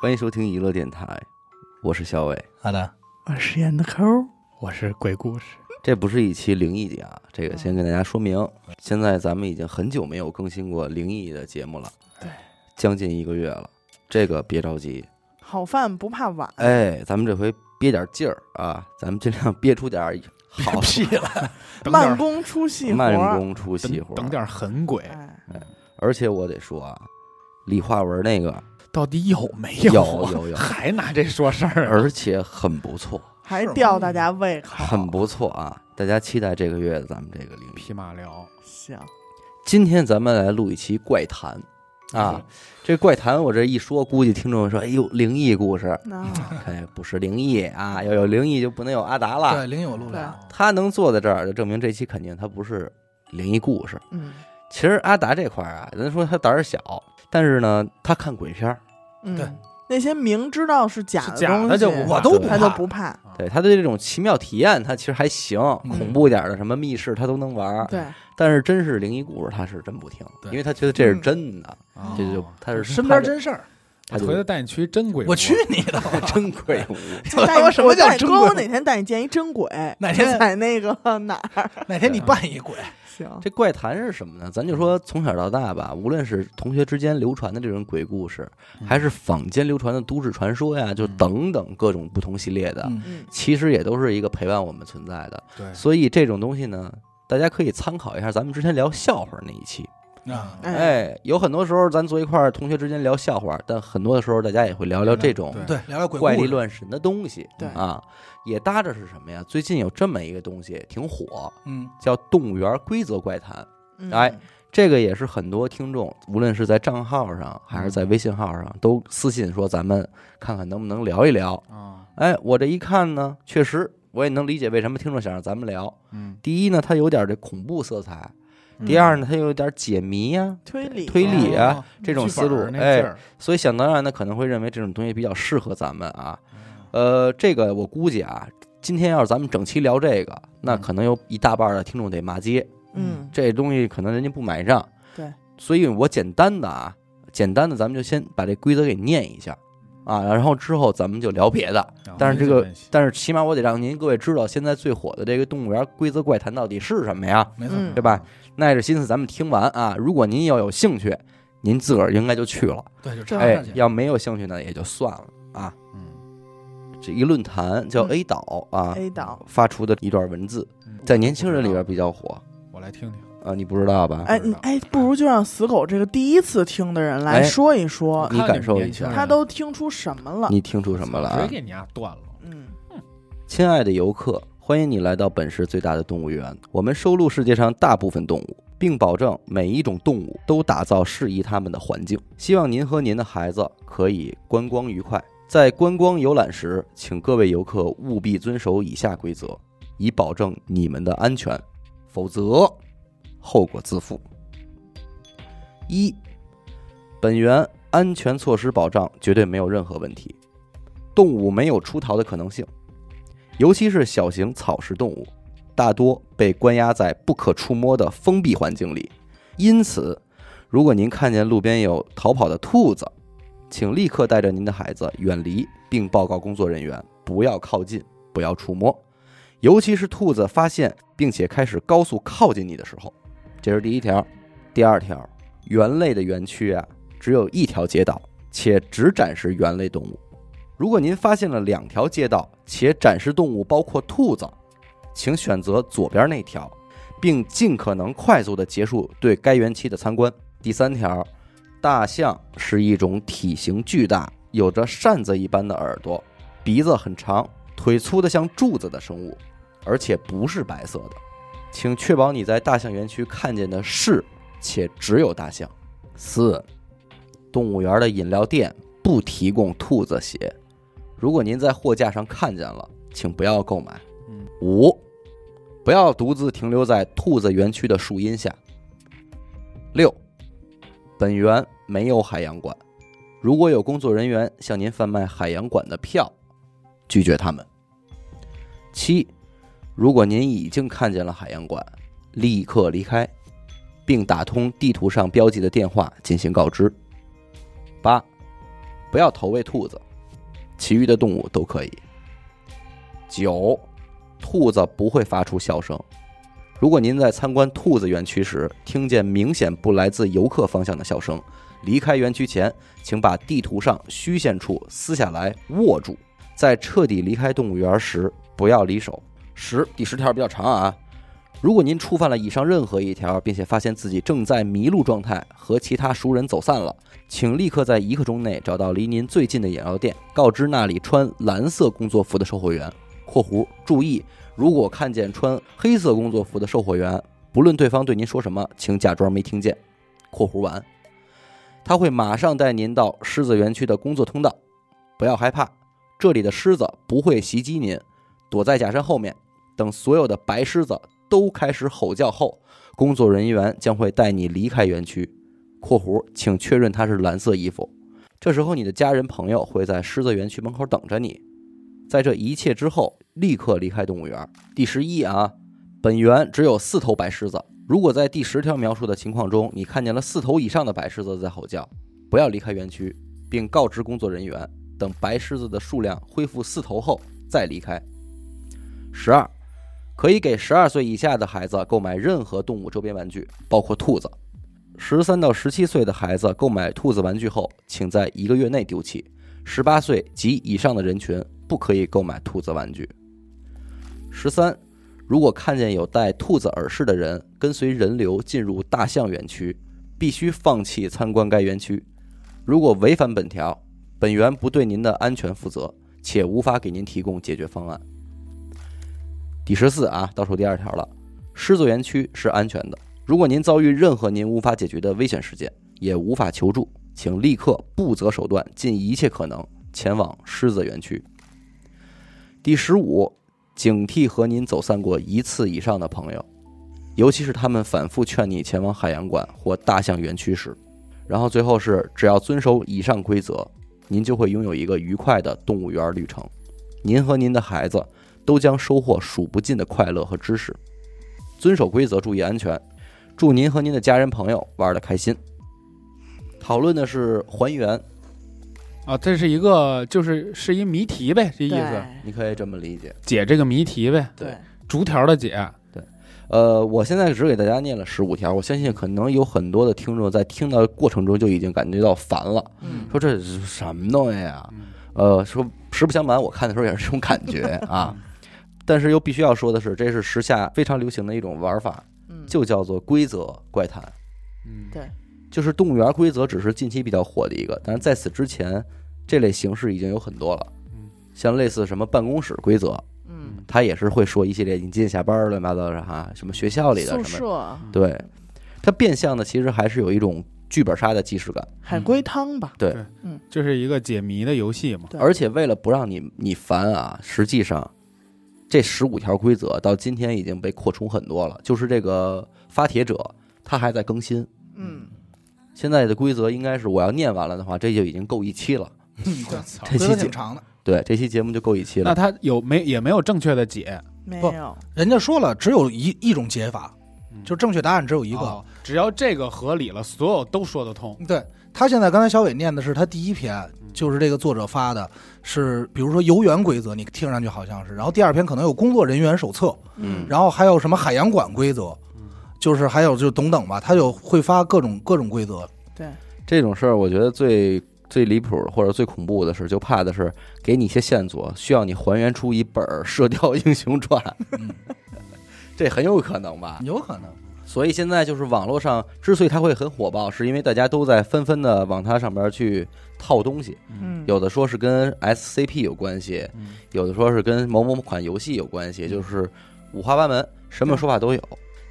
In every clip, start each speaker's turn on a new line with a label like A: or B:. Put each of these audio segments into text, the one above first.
A: 欢迎收听娱乐电台，我是小伟。
B: 好的，
C: 我是演啊的抠，我是鬼故 事。
A: 这不是一期灵异节啊，这
B: 嗯
A: 个先跟大家说明。现在咱们已经很久没有更新过灵异的节目了，
C: 对，
A: 将近一个月了。这个别着急，
D: 好饭不怕晚，
A: 哎，咱们这回憋点劲儿啊，咱们尽量憋出点儿好
B: 屁了，等点
D: 慢
B: 儿
D: 工出细活
A: 慢
D: 儿。
A: 工出细活
B: 等。等点儿狠鬼，
D: 哎，
A: 而且我得说啊，李化文那 个，
B: 到底有没
A: 有
B: 啊
A: 有 有
B: 还拿这说事儿啊？
A: 而且很不错，
D: 还
B: 是吗
D: 吊大家胃口。
A: 很不错啊！大家期待这个月咱们这个灵异。
B: 匹马聊
D: 行，
A: 今天咱们来录一期怪谈
B: 嗯
A: 啊，，这怪谈我这一说，估计听众会说：“哎呦，灵异故事
D: 那
B: 嗯
A: 哎，不是灵异啊，要有灵异就不能有阿达了。
B: 对，啊林有路聊，
A: 他能坐在这儿，就证明这期肯定他不是灵异故事。
D: 嗯
A: 其实阿达这块儿啊，人说他胆儿小，但是呢，他看鬼片儿，
B: 对
D: 嗯，那些明知道是假
B: 是假的
D: 东西，
B: 就我都
A: 不
D: 他
B: 怕
D: 就不怕。
A: 对他对这种奇妙体验，他其实还行。
B: 嗯
A: 恐怖一点的什么密室，他都能玩儿。
D: 对，
A: 但是真是灵异故事，他是真不听，
B: 对
A: 因为他觉得这是真的，
B: 啊
A: 这就他是
B: 身边真事儿，
A: 他就
B: 回头带你去真鬼屋，
E: 我去你的！
A: 真鬼屋。
D: 我带
E: 我
D: 你
E: 什么叫
D: 带你
E: 真
D: 哥，
E: 鬼
D: 我哪天带你见一 真鬼，
E: 哪天
D: 在那个 哪儿？
E: 哪天你扮一 鬼，
D: 行，
B: 哦
A: 这怪谈是什么呢？咱就说从小到大吧，无论是同学之间流传的这种鬼故事，
B: 嗯
A: 还是坊间流传的都市传说呀，就等等各种不同系列的，
E: 嗯
D: 嗯，
A: 其实也都是一个陪伴我们存在的。
B: 对
A: 所以这种东西呢，大家可以参考一下咱们之前聊笑话那一期。
B: 啊，
D: 哎，
A: 哎，有很多时候咱坐一块儿，同学之间聊笑话，但很多的时候大家也会聊聊这种
B: 对
E: 对，聊聊鬼故
A: 怪
E: 事
A: 力，乱神的东西。
D: 对
A: 啊，也搭着是什么呀？最近有这么一个东西挺火，
E: 嗯，
A: 叫《动物园规则怪谈》。
D: 嗯
A: 哎，这个也是很多听众，无论是在账号上还是在微信号上，都私信说咱们看看能不能聊一聊。
B: 啊，
A: 哎，我这一看呢，确实我也能理解为什么听众想让咱们聊。
B: 嗯，
A: 第一呢，它有点这恐怖色彩；
B: 嗯
A: 第二呢，它有点解谜呀、
D: 推理哎
A: 推理啊
B: 哦
A: 这种思路
B: 剧本儿那劲
A: 哎，
B: 儿
A: 所以想当然的可能会认为这种东西比较适合咱们啊。呃，这个我估计啊，今天要是咱们整期聊这个，那可能有一大半的听众得骂街。
D: 嗯，
A: 这东西可能人家不买账。
D: 对，
A: 所以我简单的啊，简单的咱们就先把这规则给念一下啊，然后之后咱们就聊别的。
B: 然后
A: 但是这
B: 没
A: 个嗯
B: 分析，
A: 但是起码我得让您各位知道，现在最火的这个动物园规则怪谈到底是什么呀？
E: 没错，
D: 嗯
A: 对吧？耐着心思咱们听完啊，如果您要有兴趣，您自个儿应该就去了。
E: 对，就
D: 对啊
E: 插
A: 哎
E: 上，去，
A: 要没有兴趣呢，也就算了啊。
B: 嗯，
A: 这一论坛叫
D: 嗯
A: A 岛啊
D: ，A 岛。
A: 发出的一段文字，
B: 嗯
A: 在年轻人里边，比较火
B: 我来听听，
A: 啊，你不知道吧？
D: 哎，你哎，不如就让死狗这个第一次听的人来
A: 哎
D: 说一说，
A: 你感受一下
B: 嗯
D: 他都听出什么了？
A: 你听出什么了
B: 直接
A: 啊？
B: 给你丫断了，
D: 嗯，
A: 亲爱的游客，欢迎你来到本市最大的动物园。我们收录世界上大部分动物，并保证每一种动物都打造适宜它们的环境。希望您和您的孩子可以观光愉快。在观光游览时，请各位游客务必遵守以下规则，以保证你们的安全，否则后果自负。一，本园安全措施保障绝对没有任何问题，动物没有出逃的可能性。尤其是小型草食动物，大多被关押在不可触摸的封闭环境里。因此，如果您看见路边有逃跑的兔子，请立刻带着您的孩子远离，并报告工作人员，不要靠近，不要触摸。尤其是兔子发现并且开始高速靠近你的时候，这是第一条。第二条，猿类的园区啊，只有一条街道，且只展示猿类动物。如果您发现了两条街道，且展示动物包括兔子，请选择左边那条，并尽可能快速地结束对该园区的参观。第三条，大象是一种体型巨大、有着扇子一般的耳朵，鼻子很长，腿粗得像柱子的生物，而且不是白色的。请确保你在大象园区看见的是且只有大象。四，动物园的饮料店不提供兔子血。如果您在货架上看见了，请不要购买
B: 嗯。
A: 五，不要独自停留在兔子园区的树荫下。六，本园没有海洋馆，如果有工作人员向您贩卖海洋馆的票，拒绝他们。七，如果您已经看见了海洋馆，立刻离开，并打通地图上标记的电话进行告知。八，不要投喂兔子，其余的动物都可以。九，兔子不会发出笑声。如果您在参观兔子园区时听见明显不来自游客方向的笑声，离开园区前，请把地图上虚线处撕下来握住，在彻底离开动物园时不要离手。十，第十条比较长啊。如果您触犯了以上任何一条，并且发现自己正在迷路状态和其他熟人走散了，请立刻在一刻钟内找到离您最近的饮料店，告知那里穿蓝色工作服的售货员（括弧注意，如果看见穿黑色工作服的售货员，不论对方对您说什么，请假装没听见）。（括弧完）他会马上带您到狮子园区的工作通道，不要害怕，这里的狮子不会袭击您，躲在假山后面。等所有的白狮子都开始吼叫后，工作人员将会带你离开园区。（括弧请确认它是蓝色衣服）这时候，你的家人朋友会在狮子园区门口等着你。在这一切之后，立刻离开动物园。第十一啊，本园只有四头白狮子。如果在第十条描述的情况中，你看见了四头以上的白狮子在吼叫，不要离开园区，并告知工作人员，等白狮子的数量恢复四头后再离开。十二，可以给十二岁以下的孩子购买任何动物周边玩具，包括兔子。十三到十七岁的孩子购买兔子玩具后，请在一个月内丢弃。十八岁及以上的人群不可以购买兔子玩具。十三，如果看见有戴兔子耳饰的人跟随人流进入大象园区，必须放弃参观该园区。如果违反本条，本园不对您的安全负责，且无法给您提供解决方案。第十四啊，倒数第二条了。狮子园区是安全的。如果您遭遇任何您无法解决的危险事件，也无法求助，请立刻不择手段，尽一切可能前往狮子园区。第十五，警惕和您走散过一次以上的朋友，尤其是他们反复劝你前往海洋馆或大象园区时。然后最后是，只要遵守以上规则，您就会拥有一个愉快的动物园旅程。您和您的孩子都将收获数不尽的快乐和知识。遵守规则，注意安全。祝您和您的家人朋友玩的开心。讨论的是还原，
B: 啊，这是一个就是是一谜题呗，这意思
D: 对
A: 你可以这么理解。
B: 解这个谜题呗，
A: 对
D: 对，
B: 逐条的解。
A: 呃，我现在只给大家念了十五条，我相信可能有很多的听众在听的过程中就已经感觉到烦了，
D: 嗯
A: 说这是什么东西啊？
B: 嗯
A: 呃，说实不相瞒，我看的时候也是这种感觉啊。但是又必须要说的是，这是时下非常流行的一种玩法，
D: 嗯，
A: 就叫做规则怪谈。
B: 嗯
D: 对
A: 就是动物园规则只是近期比较火的一个，但是在此之前，这类形式已经有很多了
B: 嗯。
A: 像类似什么办公室规则，
D: 嗯，
A: 它也是会说一系列你几点下班儿乱七八糟的哈，什么学校里的
D: 宿
A: 什么，嗯
D: 舍
A: 对，它变相的其实还是有一种剧本杀的既视感。
D: 海龟汤吧，
B: 这是一个解谜的游戏嘛。
D: 对
A: 而且为了不让你你烦啊，实际上这十五条规则到今天已经被扩充很多了，就是这个发帖者他还在更新。
D: 嗯，
A: 现在的规则应该是我要念完了的话，这就已经够一期了。
B: 我操！
A: 这
E: 规
A: 期
E: 则
A: 节
E: 挺长的。
A: 对这期节目就够一期
B: 那
A: 了。
B: 他有没也没有正确的解，
D: 没
E: 不
D: 有，
E: 人家说了，只有一一种解法，就正确答案只有一个。
B: 嗯哦只要这个合理了，所有都说得通。
E: 对他现在刚才小伟念的是他第一篇，
B: 嗯
E: 就是这个作者发的，是比如说游园规则，你听上去好像是，然后第二篇可能有工作人员手册，
A: 嗯
E: 然后还有什么海洋馆规则，
B: 嗯
E: 就是还有就等等吧，他有会发各种各种规则。
A: 这种事儿，我觉得最最离谱或者最恐怖的是，就怕的是给你一些线索，需要你还原出一本儿《射雕 英雄传》
E: 嗯，
A: 这很有可能吧？
E: 有可能，
A: 所以现在就是网络上之所以它会很火爆，是因为大家都在纷纷的往它上边去套东西，
D: 嗯，
A: 有的说是跟 SCP 有关系，
B: 嗯
A: 有的说是跟某某款游戏有关系，就是五花八门，什么说法都有。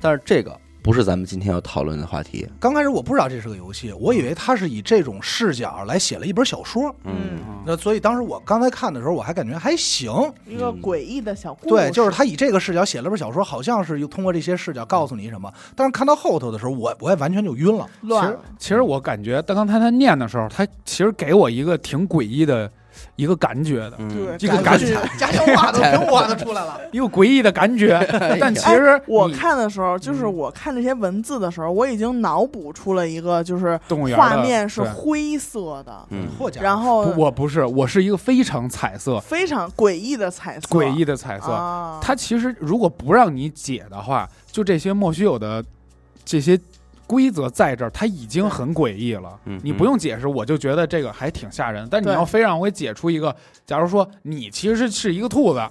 A: 但是这个不是咱们今天要讨论的话题。
E: 刚开始我不知道这是个游戏，我以为他是以这种视角来写了一本小说。
D: 嗯，
E: 那所以当时我刚才看的时候，我还感觉还行，
D: 一个诡异的小故事，
E: 对，就是他以这个视角写了本小说，好像是又通过这些视角告诉你什么。但是看到后头的时候，我我也完全就晕了。
B: 其
D: 乱
B: 实
D: 了，
B: 其实我感觉，但刚才他念的时候，他其实给我一个挺诡异的一个感觉的，
A: 嗯
D: 对，
B: 一个
E: 感
B: 感
E: 觉
B: 觉，
E: 家乡话都给我都出来 了。
B: 一个诡异的感觉。但其实
D: 哎 我
B: 你
D: 看的时候，就是
B: 嗯
D: 我看这些文字的时候，我已经脑补出了一个，就是
B: 动物园的
D: 画面是
B: 对
D: 灰色的，
A: 嗯，
E: 获奖，
D: 然后
B: 不我不是，我是一个非常彩色、
D: 非常诡异的彩色，
B: 诡异的彩色。
D: 啊，
B: 它其实如果不让你解的话，就这些莫须有的这些规则在这儿，它已经很诡异了。
A: 嗯
B: 你不用解释，我就觉得这个还挺吓人。但你
D: 对
B: 要非让我解出一个，假如说你其实是一个兔子，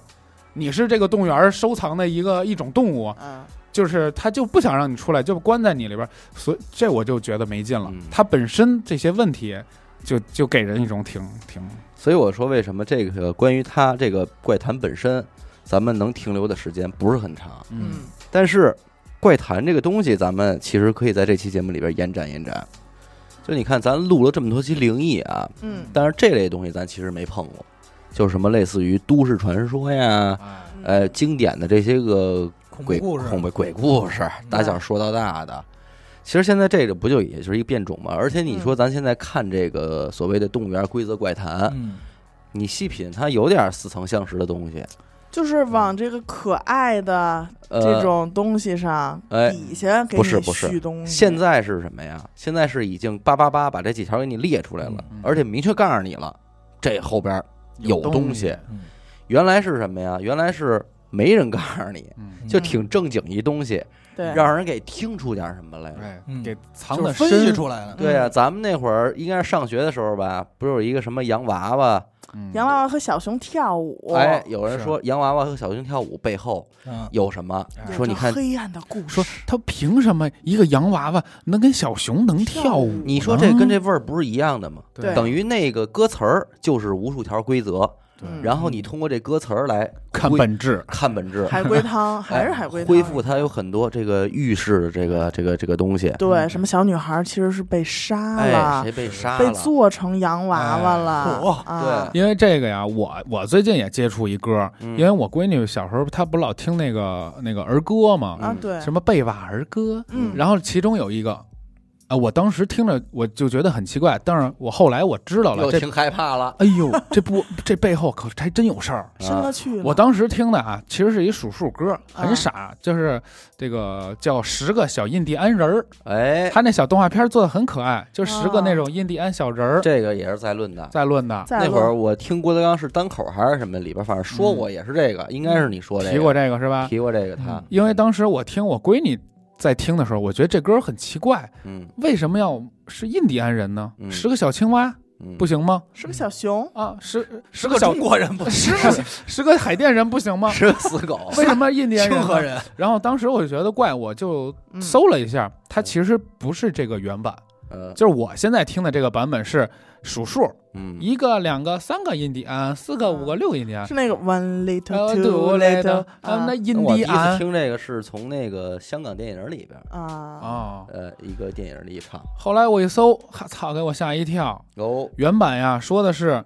B: 你是这个动物园收藏的一个一种动物，
D: 嗯，
B: 就是它就不想让你出来，就关在你里边儿，所以这我就觉得没劲了
A: 嗯。
B: 它本身这些问题就就给人一种挺挺
A: 所以我说，为什么这个关于他这个怪谈本身，咱们能停留的时间不是很长，
D: 嗯，
A: 但是怪谈这个东西，咱们其实可以在这期节目里边延展延展。就你看，咱录了这么多期灵异啊，
D: 嗯，
A: 但是这类东西咱其实没碰过，就是什么类似于都市传说呀，
E: 哎
D: 嗯
A: 呃，经典的这些个
E: 恐怖
A: 鬼
E: 故事，
A: 恐怖鬼故事，打小说到大的。啊其实现在这个不就也就是一个变种嘛？而且你
E: 嗯
A: 说咱现在看这个所谓的动物园规则怪谈，
E: 嗯，
A: 你细品它有点似曾相识的东西。
D: 就是往这个可爱的这
A: 呃，
D: 种东西上
A: 哎
D: 底下给
A: 不
D: 你
A: 是不是
D: 续东西，
A: 现在是什么呀？现在是已经八八八把这几条给你列出来了，
B: 嗯嗯
A: 而且明确告诉你了，这后边有东西。
E: 嗯
A: 原来是什么呀？原来是没人告诉你，
B: 嗯，
A: 就挺正经一东西，
D: 对
A: 让人给听出点什么来了。
B: 哎
E: 嗯，
B: 给藏
E: 就
B: 的
E: 是分析出来了。
A: 对呀、咱们那会儿应该是上学的时候吧，不是有一个什么洋娃娃？
B: 嗯
D: 洋娃娃和小熊跳舞，
A: 哎，有人
E: 是
A: 说洋娃娃和小熊跳舞背后
E: 嗯，
A: 有什么？
D: 有
A: 说
D: 着
A: 你看，
D: 黑暗的故
B: 说，
D: 事
B: 他凭什么一个洋娃娃能跟小熊能跳舞？
A: 你说
B: 哦
A: 这跟这味儿不是一样的吗？
D: 对
A: 等于那个歌词儿就是无数条规则，
D: 嗯
A: 然后你通过这歌词儿来
B: 看
A: 恢
B: 本质，
A: 看本质，
D: 海 龟汤还是
A: 哎
D: 海龟汤，
A: 恢复它有很多这个预示的这个这个这个东西。
D: 对什么小女孩其实是被杀
A: 哎，
D: 了，
A: 谁被杀
D: 被
A: 了？
D: 做成洋娃
B: 哎
D: 娃了，
E: 嚯
D: 啊，
B: 因为这个呀，我我最近也接触一歌，
A: 嗯
B: 因为我闺女小时候她不老听那个那个儿歌嘛，
D: 啊
A: 嗯
D: 对，
B: 什么贝瓦儿歌，
D: 嗯，
B: 然后其中有一个，啊、我当时听着我就觉得很奇怪，但是我后来我知道了
A: 又
B: 这，
A: 挺害怕了。
B: 哎呦，这不这背后可还真有事儿。
D: 深了去了，
B: 我当时听的啊，其实是一数数歌，
D: 啊
B: 很傻，就是这个叫《十个小印第安人儿》，
A: 哎，
B: 他那小动画片做的很可爱，就十个那种印第安小人儿
A: 哦这个也是在论的。
B: 在论的，
D: 再
A: 那
D: 论
A: 会儿我听郭德纲是单口还是什么里边，反正说我也是这个，应该是你说这个
B: 嗯提过这个是吧？
A: 提过这个他
E: 嗯，
B: 因为当时我听我闺女在听的时候，我觉得这歌很奇怪，
A: 嗯
B: 为什么要是印第安人呢？
A: 嗯
B: 十个小青蛙
A: 嗯
B: 不行吗？
D: 是个小熊，
B: 啊，十十
E: 十
B: 个
E: 个
B: 小
E: 中国人 不
B: 十个 十个海淀人不行吗？，
A: 是个死狗
B: 为什么印第安 人啊
E: 清
B: 呢？
E: 河人，
B: 然后当时我就觉得怪，我就
D: 嗯
B: 搜了一下，它其实不是这个原版，
A: 呃
B: 就是我现在听的这个版本是数数，
A: 嗯
B: 一个、两个、三个印第安，四个、五个、六印第
A: 啊
B: 安
D: 是。那个 one little
B: Oh,
D: two
B: do little,
D: little，
B: I'm
D: 啊
B: the 印
A: 我第
B: 第
A: 一次
B: 安
A: 听这个是从那个香港电影里边，
D: 啊，
B: 哦。
A: 呃，一个电影里唱。
B: 后来我一搜，哈操，给我吓一跳。
A: 哦，
B: 原版呀说的是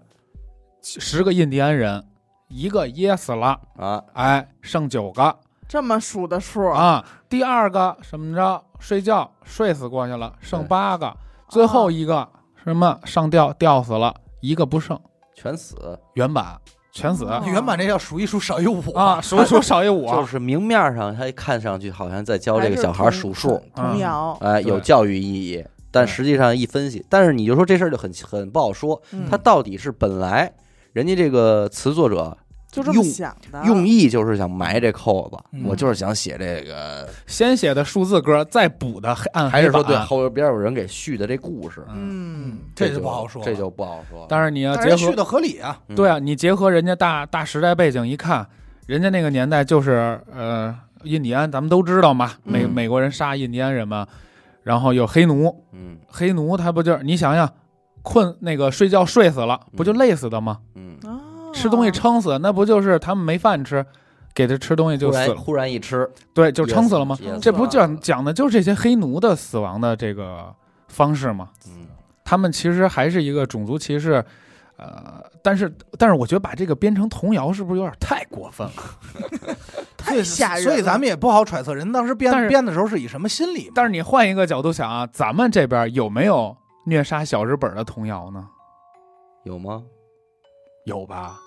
B: 十个印第安人，一个噎死了，
A: 啊，
B: 哎，剩九个
D: 这么数的数，
B: 啊。第二个什么着，睡觉睡死过去了，剩八个。最
D: 啊
B: 后一个什么上吊吊死了，一个不剩。
A: 全死，
B: 原版全死
D: 哦
E: 原版这叫数一数少一五
B: 啊，，数数少一五，啊
A: 就是明面上他看上去好像在教这个小孩数数，
B: 嗯
D: 童谣，
A: 哎，有
B: 对
A: 教育意义，但实际上一分析，但是你就说这事儿就很很不好说，
D: 嗯
A: 他到底是本来人家这个词作者
D: 就这么
A: 用
D: 想的，
A: 用意就是想埋这扣子，
E: 嗯
A: 我就是想写这个，
B: 先写的数字歌，再补的黑暗
A: 还是
B: 黑
A: 说对
B: 版。
A: 后边边有人给续的这故事，
B: 嗯，
D: 嗯，
E: 这
A: 就
E: 就不好说了，
A: 这就不好说了。
B: 但是你要
E: 但
B: 结
E: 是
B: 合
E: 续的合理啊，
A: 嗯
B: 对啊，，你结合人家大大时代背景一看，人家那个年代就是呃，印第安咱们都知道嘛，美
A: 嗯
B: 美国人杀印第安人嘛，然后有黑奴，
A: 嗯
B: 黑奴他不就是你想想，困那个睡觉睡死了，不就
A: 嗯
B: 累死的吗？
A: 嗯，
D: 啊
B: 吃东西撑死，那不就是他们没饭吃，给他吃东西
A: 忽
B: 就死
A: 然
B: 了，
A: 忽然一吃，
B: 对，就撑死了吗？
A: 噎死
B: 这不讲
A: 了
B: 讲的就是这些黑奴的死亡的这个方式吗？
A: 嗯
B: 他们其实还是一个种族歧视，呃，但是但是我觉得把这个编成童谣是不是有点太过分了？
E: 所以
D: 太吓人了，
E: 所以咱们也不好揣测人当时
B: 但是
E: 编编的时候是以什么心理嘛。
B: 但是你换一个角度想啊，咱们这边有没有虐杀小日本的童谣呢？
A: 有吗？
B: 有吧？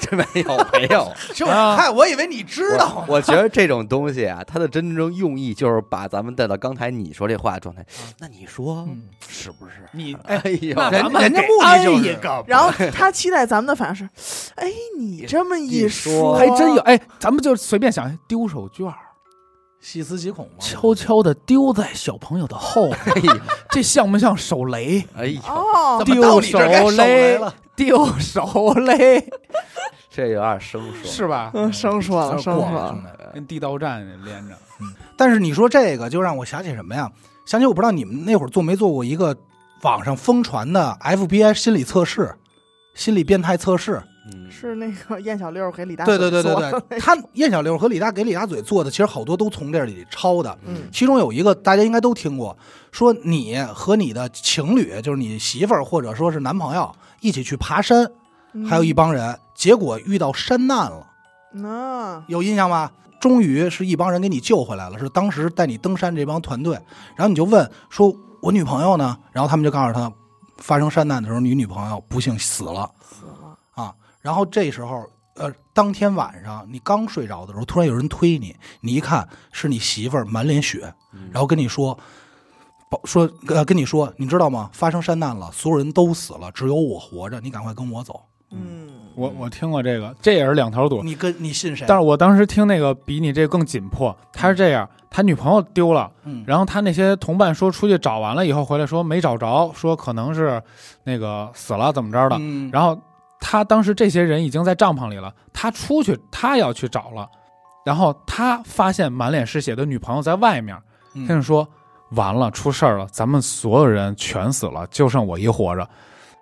A: 这没有没有，
E: 就
B: 啊
E: 嗨，我以为你知道呢
A: 我。我觉得这种东西啊，它的真正用意就是把咱们带到刚才你说这话的状态。那你说
E: 嗯
A: 是不是？
C: 你
A: 哎呦，
C: 那咱
E: 人
C: 们
E: 人家
C: 给
E: 目的
C: 安
E: 就是
C: 一个吧，
D: 然后他期待咱们的反应是，哎，你这么
A: 一
D: 说，
A: 说
B: 还真有，哎，咱们就随便想丢手绢儿，
E: 细思极恐嘛。
B: 悄悄的丢在小朋友的后面，
A: 哎呦，
B: 这像不像手雷？
A: 哎呦，
D: 哦
E: 怎，么到你这儿该
B: 丢手
E: 手来
B: 雷
E: 了？
B: 丢手雷
A: 这有点生疏。
B: 是吧？
D: 嗯，生疏了，
E: 有
D: 生
E: 点
D: 疏
E: 过了
D: 了
E: 兄，弟
B: 跟地道战连着，
E: 但是你说这个，就让我想起什么呀？想起我不知道你们那会儿做没做过一个网上疯传的 FBI 心理测试、心理变态测试。
A: 嗯，
D: 是那个燕小六给李大
E: 对对对对
D: 嘴做
E: 对，他燕小六和李大给李大嘴做的，其实好多都从这里抄的。
D: 嗯
E: 其中有一个大家应该都听过，说你和你的情侣，就是你媳妇儿或者说是男朋友，一起去爬山，
D: 嗯
E: 还有一帮人，结果遇到山难了，
D: 那
E: 有印象吗？终于是一帮人给你救回来了，是当时带你登山这帮团队。然后你就问说：“我女朋友呢？”然后他们就告诉他，发生山难的时候，你女朋友不幸死了
D: 死了，
E: 啊。然后这时候，呃，当天晚上你刚睡着的时候，突然有人推你，你一看是你媳妇儿满脸血，然后跟你说，保说呃跟你说，你知道吗？发生山难了，所有人都死了，只有我活着，你赶快跟我走。
D: 嗯，
B: 我我听过这个，这也是两头躲。
E: 你跟你信谁？
B: 但是我当时听那个比你这更紧迫，他是这样，他女朋友丢了，
E: 嗯，
B: 然后他那些同伴说出去找完了以后回来说没找着，说可能是那个死了怎么着的。
E: 嗯
B: 然后他当时这些人已经在帐篷里了，他出去他要去找了，然后他发现满脸是血的女朋友在外面，
E: 嗯
B: 他就说完了出事儿了，咱们所有人全死了，就剩我一活着。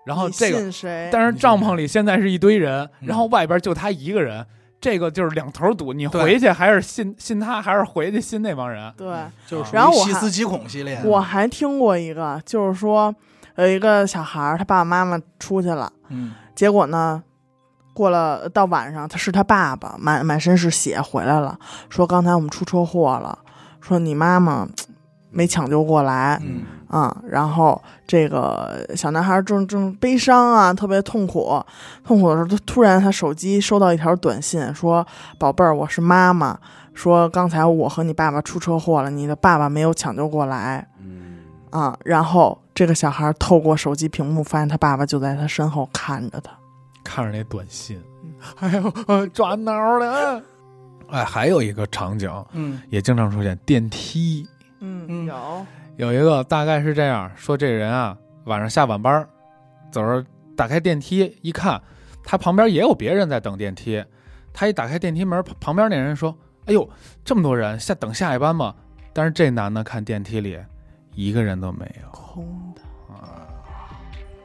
B: 然后
D: 你
B: 这个
D: 信谁？
B: 但是
E: 你
B: 帐
E: 信
B: 篷
E: 谁
B: 里现在是一堆人，
E: 嗯
B: 然后外边就他一个人，这个就是两头堵。你
E: 对
B: 回去还是信信他，还是回去信那帮人？
D: 对，
E: 就是
D: 然后
E: 属于
D: 我
E: 细
D: 还
E: 思极恐系列。
D: 我还听过一个，就是说有一个小孩儿，他爸爸妈妈出去了，
E: 嗯
D: 结果呢，过了呃到晚上，他是他爸爸满满身是血回来了，说刚才我们出车祸了，说你妈妈没抢救过来
E: 嗯
D: 啊、然后这个小男孩正正悲伤啊，特别痛苦，痛苦的时候，他突然他手机收到一条短信，说宝贝儿，我是妈妈。说刚才我和你爸爸出车祸了，你的爸爸没有抢救过来，
A: 嗯，
D: 啊，然后这个小孩透过手机屏幕发现他爸爸就在他身后看着他。
B: 看着那短信， 哎呦，呃抓挠了。哎，还有一个场景
E: 嗯
B: 也经常出现，电梯
E: 嗯
D: 有，
B: 有一个大概是这样说：这人啊，晚上下晚班儿，走着打开电梯一看，他旁边也有别人在等电梯。他一打开电梯门，旁旁边那人说：“哎呦，这么多人，下等下一班吗？”但是这男的看电梯里一个人都没有
D: 空的。
B: 啊。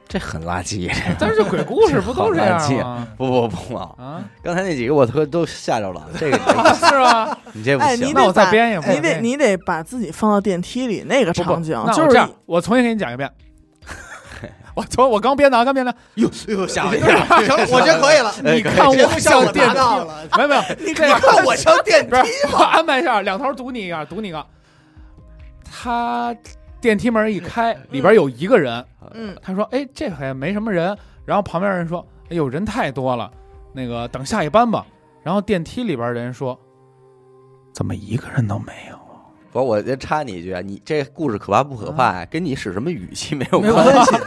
A: 这很垃圾。
B: 哎但是鬼故事不都 这样吗？
A: 不不不啊！
B: 啊，
A: 刚才那几个我都都吓着了，这个你
B: 是吧？
A: 这你这不
D: 哎
A: 行
D: 你。
B: 那我再编一个，
D: 你得你得把自己放到电梯里那个
B: 不不
D: 场景，
B: 那
D: 就
B: 我
D: 是
B: 这样，我重新给你讲一遍。我从我刚编的，啊，刚编 的，哟哟，吓我一跳！
E: 行了，嗯我觉得可以了。
A: 哎
B: 你看
E: 这
B: 我
E: 不像
B: 像
E: 我
B: 电
E: 达
B: 梯
E: 到了，
B: 没有没有， 你
E: 你看我像 电
B: 不
E: 梯
B: 是，我安排一下，两头堵你一个，堵你一个。他电梯门一开，里边有一个人，
D: 嗯，
B: 他说：“哎，这回没什么人。”然后旁边人说：“哎呦，人太多了，那个等下一班吧。”然后电梯里边人说：“怎么一个人都没有
A: 不，我就插你一句啊，你这故事可怕不可怕呀？跟你使什么语气没有
E: 没有
A: 关系，
E: 关系，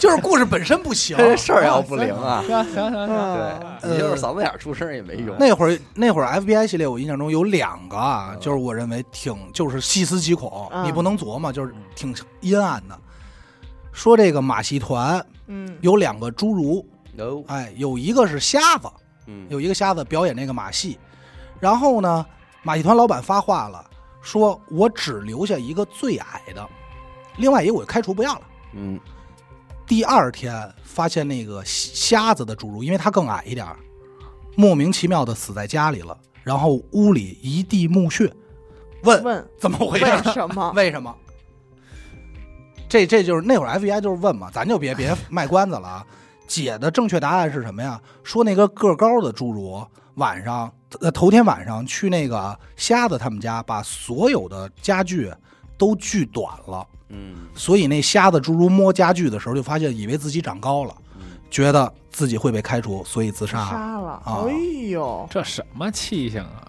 E: 就是故事本身不 行。
A: 这事儿要不灵啊？”。
B: 行行行行，
D: 嗯
A: 对，你就是嗓子眼儿出声儿也没
B: 嗯
A: 用。
E: 那会儿那会儿 FBI 系列，我印象中有两个啊，就是我认为挺就是细思极恐，
D: 嗯
E: 你不能琢磨，就是挺阴暗的。说这个马戏团
D: 嗯，
E: 有两个侏儒，
A: No，
E: 哎，有一个是瞎子，
A: 嗯，
E: 有一个瞎子表演那个马戏，然后呢，马戏团老板发话了，说我只留下一个最矮的，另外一个我就开除不要了。
A: 嗯，
E: 第二天发现那个瞎子的侏儒，因为他更矮一点儿，莫名其妙的死在家里了，然后屋里一地墓穴。问
D: 问
E: 怎么回
D: 为
E: 事？
D: 什么？
E: 为什么？这这就是那会儿 FBI 就是问嘛，咱就别别卖关子了啊。姐的正确答案是什么呀？说那个个高的侏儒晚上，呃，头天晚上去那个瞎子他们家，把所有的家具都锯短了，
A: 嗯
E: 所以那瞎子侏儒摸家具的时候就发现，以为自己长高了，
A: 嗯
E: 觉得自己会被开除，所以自杀。
D: 杀了，
E: 啊
D: 哎呦，
B: 这什么气性啊！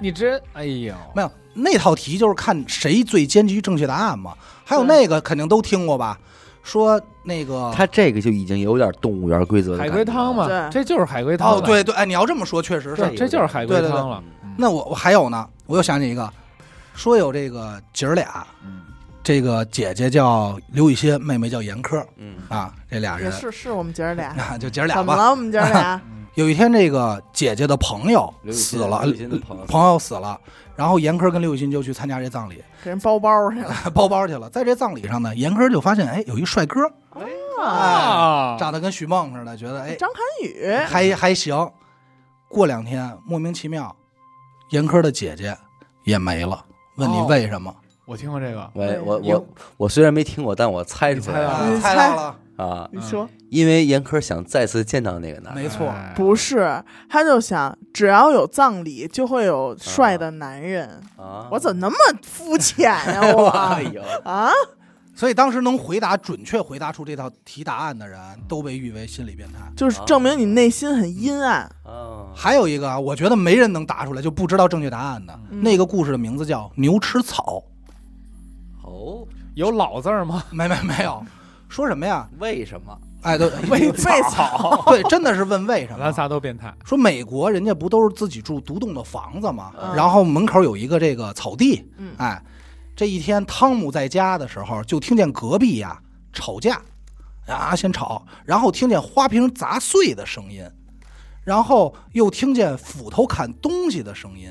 B: 你这，哎呦，
E: 没有那套题就是看谁最坚持于正确答案嘛。还有那个肯定都听过吧，说那个
A: 他这个就已经有点动物园规则的
B: 海
A: 感觉
B: 龟汤嘛，
D: 对
B: 这就是海龟汤。
E: 哦，对，对，哎，你要这么说，确实是
A: 对
B: 这这就是海龟
E: 对对对
B: 汤了。嗯
E: 那我我还有呢，我又想起一个，说有这个姐儿俩，
B: 嗯
E: 这个姐姐叫刘雨欣，妹妹叫严科
A: 嗯，
E: 啊，这俩
D: 也
E: 人
D: 是是我们姐儿俩，
E: 啊， 就姐儿俩
D: 怎么
E: 吧。
D: 了？我们姐儿俩
E: 有一天，这个姐姐的朋友
A: 刘雨欣
E: 死了
A: 刘雨欣的朋友，
E: 朋友死了，然后严科跟刘雨欣就去参加这葬礼，
D: 给人包包去了，
E: 包包去了。在这葬礼上呢，严科就发现，哎，有一帅哥，哎，
B: 啊，
E: 长得跟许梦似的，觉得哎
D: 张涵予
E: 还还行。过两天，莫名其妙，严科的姐姐也没了。问你
B: 哦
E: 为什么？
B: 我听过这个，
A: 喂，我
B: 有
A: 我我虽然没听过，但我猜出来
B: 啊
A: 了
D: 你
E: 猜
D: 猜
E: 到了，
A: 啊，
D: 你说
A: 因为严科想再次见到那个男人，
E: 没错，
B: 哎
D: 不是？他就想，只要有葬礼，就会有帅的男人。
A: 啊，
D: 我怎么那么肤浅呀、我
A: 哎呦，
D: 啊，
E: 所以当时能回答准确回答出这套题答案的人，都被誉为心理变态。
D: 就是证明你内心很阴暗。
A: 啊
E: 还有一个啊，我觉得没人能答出来，就不知道正确答案的、
D: 嗯
E: 那个故事的名字叫《牛吃草
A: 哦，
B: 有老字儿 吗？》，
E: 没没没有，说什么呀？
A: 为什么？
E: 哎， 对，喂
D: 喂
E: 草， 对，真的是问为什
B: 咱
E: 么？
B: 仨都变态。
E: 说美国人家不都是自己住独栋的房子吗？
D: 嗯
E: 然后门口有一个这个草地，
D: 嗯
E: 哎，这一天汤姆在家的时候，就听见隔壁呀、吵架，啊先吵，然后听见花瓶砸碎的声音，然后又听见斧头砍东西的声音。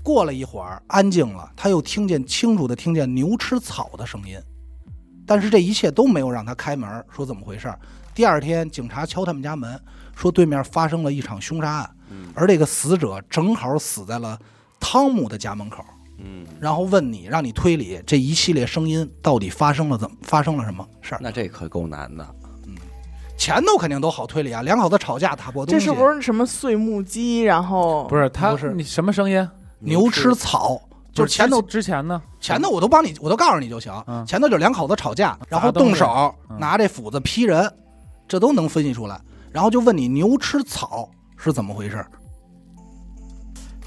E: 过了一会儿，安静了，他又听见清楚的听见牛吃草的声音，但是这一切都没有让他开门，说怎么回事儿？第二天，警察敲他们家门，说对面发生了一场凶杀案，
A: 嗯
E: 而这个死者正好死在了汤姆的家门口。
A: 嗯，
E: 然后问你，让你推理这一系列声音到底发生了怎么发生了什么事儿。
A: 那这可够难的，
E: 前头肯定都好推理啊，两口子吵架打破东
D: 这
E: 西，
D: 是不是什么碎木机？然后
B: 哦不是他，
E: 不是
B: 你什么声音？
E: 牛吃草？就是前头
B: 之之前呢？
E: 前头我都帮你，我都告诉你就行。
B: 嗯
E: 前头就是两口子吵架，然后
B: 砸东
E: 动
B: 西
E: 手
B: 嗯
E: 拿这斧子劈人，这都能分析出来。然后就问你牛吃草是怎么回事？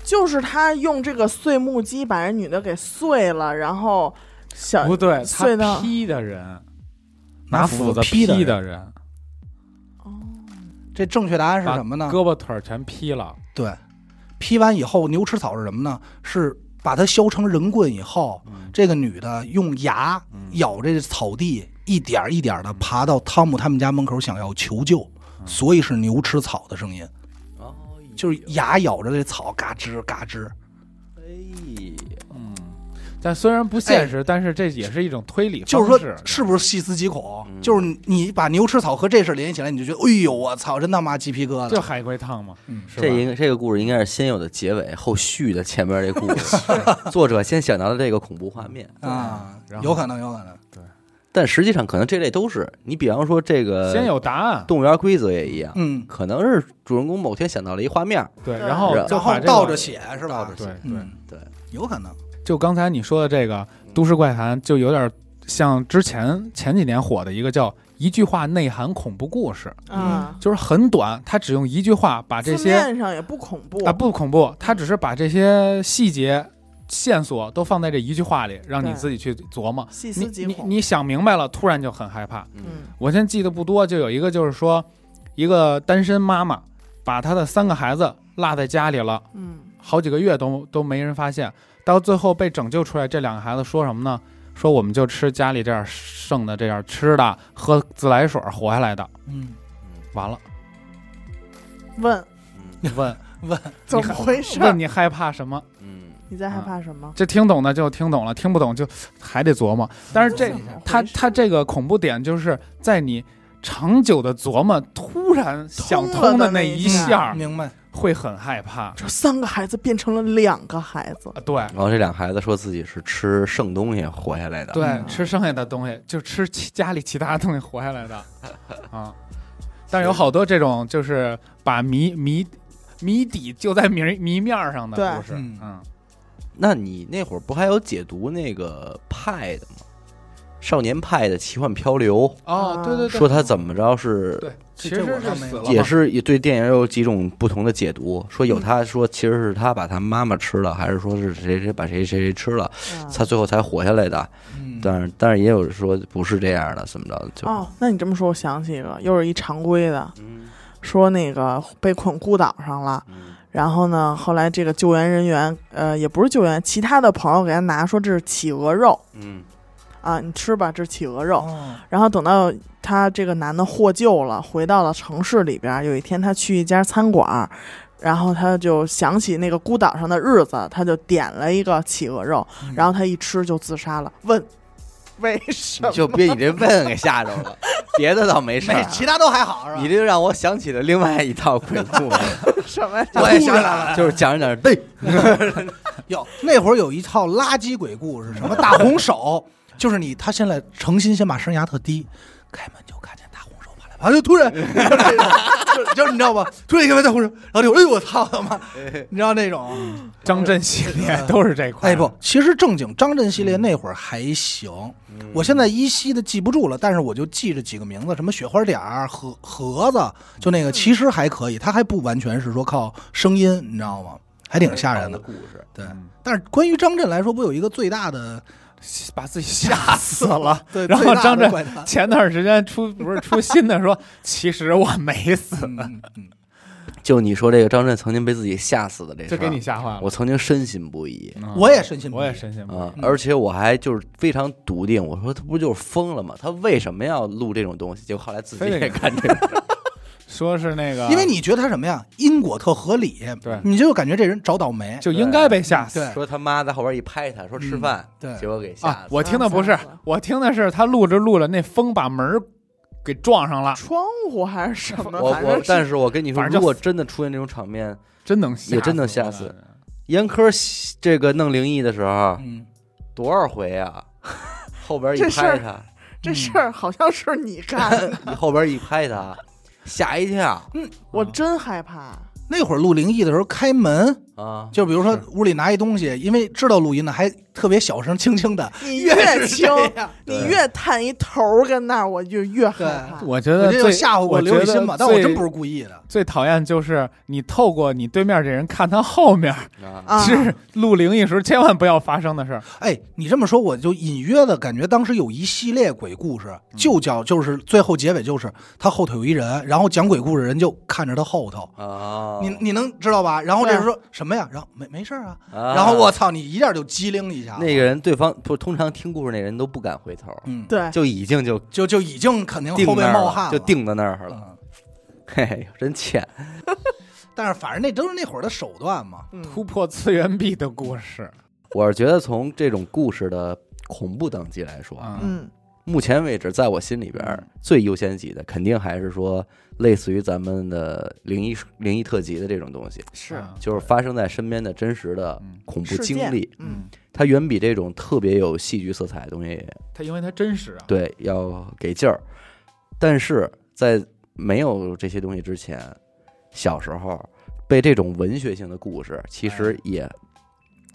D: 就是他用这个碎木机把人女的给碎了，然后小
B: 不对，
D: 隧
B: 他
D: 道
B: 劈的人，
E: 拿
B: 斧
E: 斧
B: 子
E: 劈
B: 的
E: 的
B: 人，
E: 人，这正确答案是
B: 把
E: 什么呢？
B: 胳膊腿儿全劈了，
E: 对，劈完以后牛吃草是什么呢？是把它削成人棍以后，这个女的用牙
B: 嗯
E: 咬这草地，一点儿一点的爬到汤姆他们家门口，想要求救，
B: 嗯
E: 所以是牛吃草的声音，
A: 哦
E: 就是牙咬着这草，嘎吱嘎吱。
A: 哎，
B: 嗯。但虽然不现实，但是这也是一种推理
E: 哎就是
B: 方
E: 说
B: 式，
E: 是不是细思极恐？
A: 嗯
E: 就是你你把牛吃草和这事儿联系起来，你就觉得，哎呦，我操，真他妈鸡皮疙
B: 就
E: 瘩！
B: 海龟汤嘛，
E: 嗯
B: 是吧
A: 这？应这个故事应该是先有的结尾，后续的前面这故 事。作者先想到了这个恐怖画面，
E: 啊
B: 然，后
E: 有可能，有可能。
A: 但实际上可能这类都是你，比方说这个
B: 先有答案，
A: 动物园规则也一样，
E: 嗯，
A: 可能是主人公某天想到了一画面，
B: 对，
D: 对
B: 然后
A: 然
B: 就
E: 然
B: 把
E: 后
B: 这个
E: 倒着，写是吧？
A: 倒着
B: 对
A: 写，
B: 对，
E: 嗯，
A: 对，
E: 有可能。
B: 就刚才你说的这个《都市怪谈》，就有点像之前前几年火的一个叫“一句话内涵恐怖故事
D: 啊”，，
B: 就是很短，它只用一句话嗯把这
D: 字
B: 些
D: 面上也不恐怖
B: 啊不恐怖，它只是把这些细节线索都放在这一句话里，让你
D: 对
B: 自己去琢磨。
D: 细
B: 你
D: 思极
B: 你
D: 恐。
B: 你想明白了，突然就很害怕。
A: 嗯
D: 嗯
B: 我现在记得不多，就有一个就是说，一个单身妈妈把她的三个孩子落在家里了。
D: 嗯，
B: 好几个月都都没人发现，到最后被拯救出来。这两个孩子说什么呢？说我们就吃家里这点剩的这点吃的，喝自来水活下来的。
E: 嗯，
B: 完了，
D: 问
A: 嗯
B: 问
D: 怎么回事？
B: 问你害怕什么？
A: 嗯，
D: 你在害怕什么？
B: 这听懂的就听懂了，听不懂就还得琢磨。但是这
D: 怎么回事
B: 他他这个恐怖点就是在你长久的琢磨，突然想通的那一下，
E: 明白。
B: 会很害怕啊
D: 这三个孩子变成了两个孩子，。
B: 对
A: 然后这俩孩子说自己是吃剩东西活下来的，
B: 对，吃剩下的东西，就吃其家里其他东西活下来 的啊。但是有好多这种就是把谜谜谜底就在谜谜面儿上的
D: 对
B: 故事，
E: 嗯
B: 嗯，
A: 那你那会儿不还有解读那个派的吗？少年派的奇幻漂流，
B: 哦，对对对，
A: 说他怎么着是。
B: 对，其
E: 这
B: 实
E: 我倒
B: 是
E: 没
B: 死
E: 有
B: 了嘛，
A: 也是也对电影有几种不同的解读，说
B: 嗯
A: 有他说其实是他把他妈妈吃了，还是说是谁谁把谁谁谁吃了，
B: 嗯
D: 嗯
A: 他最后才活下来的。
E: 嗯
A: 但是但是也有说不是这样的，怎么着就
D: 哦，那你这么说，我想起一个，又是一常规的，说那个被困孤岛上了，然后呢，后来这个救援人员，呃，也不是救援，其他的朋友给他拿说这是企鹅肉
A: 嗯
D: 啊，你吃吧，这是企鹅肉。
E: 哦
D: 然后等到他这个男的获救了，回到了城市里边儿，有一天他去一家餐馆儿。然后他就想起那个孤岛上的日子，他就点了一个企鹅肉，
E: 嗯
D: 然后他一吃就自杀了。问 为什么？
A: 就被你这问给吓着了， 别的倒没事
E: 没啊
A: 儿。啊
E: 其他都还好是吧？
A: 你这让我想起了另外一套鬼故事，
D: 什么呀？
E: 我也想起来了，
A: 就是讲着讲着，对，
E: 有那会儿有一套垃圾鬼故事，什么大红手，就是你他现在诚心先把声压特低，开门就看见大红手跑来跑去，突然就就就你知道吧？突然一个大红手，然后就哎呦我操他妈！你知道那种？啊
B: 张震系列都是这块。
E: 哎不，，其实正经张震系
B: 嗯
E: 列那会儿还行，我现在依稀的记不住了，但是我就记着几个名字，什么雪花点儿、盒盒
B: 嗯
E: 子，就那个其实还可以，他还不完全是说靠声音，你知道吗？还挺吓人的。
A: 故事。
E: 对，
B: 嗯
E: 但是关于张震来说，不有一个最大的
B: 把自己吓死了。
E: 对，
B: 然后
E: 最大的
B: 张震
E: 怪 谈
B: 前段时间出不是出新的说， 其实我没死，
E: 嗯嗯
A: 就你说这个张震曾经被自己吓死的这事
B: 这
A: 儿，
B: 给你吓坏了。
A: 我曾经深信不疑
B: 嗯
E: 我也深信不疑
B: 我也深信不疑。
A: 啊、
E: 嗯
A: 而且我还就是非常笃定，我说他不就是疯了吗？他为什么要录这种东西？结果后来自己
B: 非得
A: 也干这个，
B: 说是那个，
E: 因为你觉得他什么呀，因果特合理，
B: 对
E: 你就感觉这人找倒霉，
B: 就应该被吓死
E: 对
A: 说他妈在后边一拍他，说吃饭，
E: 嗯对
A: 结果给吓死
B: 啊！我听的不是
D: 吓死了，
B: 我听的是他录着录着，那风把门儿给撞上了，
D: 窗户还是什么，
A: 我
D: 反
A: 我
D: 正，是
A: 但是我跟你说，
B: 反正就
A: 如果真的出现这种场面，
B: 真能吓死，
A: 也真能吓死。严科这个弄灵异的时候
E: 嗯，
A: 多少回啊？ 后边一
D: 这事儿
A: 拍他，
D: 这事儿好像是你干 的，
A: 后边一拍他，吓一跳
E: 嗯
D: 我
A: 嗯
D: 真害怕。
E: 那会儿录灵异的时候开门，
A: 啊！
E: 就比如说
B: 是
E: 屋里拿一东西，因为知道录音呢，还特别小声轻轻的，
D: 你
E: 越
D: 越
E: 是
D: 轻
E: 这样，
D: 你越探一头儿跟那儿，我就越害
E: 对
D: 怕。
B: 我觉得
E: 我这就
B: 最
E: 吓唬过
B: 我
E: 刘雨
B: 觉得
E: 欣嘛，但我
B: 最
E: 真不是故意的，
B: 最讨厌就是你透过你对面这人看他后面，
A: 啊，
D: 啊，
B: 是录灵异时候千万不要发生的事儿。
E: 哎，你这么说，我就隐约的感觉当时有一系列鬼故事，
A: 嗯
E: 就叫就是最后结尾就是他后头有一人，然后讲鬼故事人就看着他后头，
A: 啊
E: 你你能知道吧？然后这人
D: 对
E: 说什么呀？然后没没事儿啊，
A: 啊
E: 然后我操，你一下就机灵一下，
A: 那个人，对方不通常听故事那人都不敢回头，
E: 嗯，，
D: 对，
A: 就已经就
E: 就就已经肯定
A: 定
E: 后背
A: 那儿
E: 冒汗
A: 了，就定在那儿了。
E: 了。嗯
A: 嘿嘿，真欠。
E: 但是反正那都是那会儿的手段嘛，
D: 嗯
B: 突破次元壁的故事，
A: 我是觉得从这种故事的恐怖等级来说，
B: 啊
D: 嗯，
A: 目前为止，在我心里边
E: 嗯
A: 儿最优先级的，肯定还是说类似于咱们的灵异灵异特辑的这种东西，
D: 是
B: 啊
A: 就是发生在身边的真实的
B: 嗯
A: 恐怖
D: 事
A: 经
D: 件
A: 历，
D: 嗯，
A: 它远比这种特别有戏剧色彩的东西
B: 他因为他真实啊，
A: 对要给劲儿。但是在没有这些东西之前，小时候被这种文学性的故事，其实也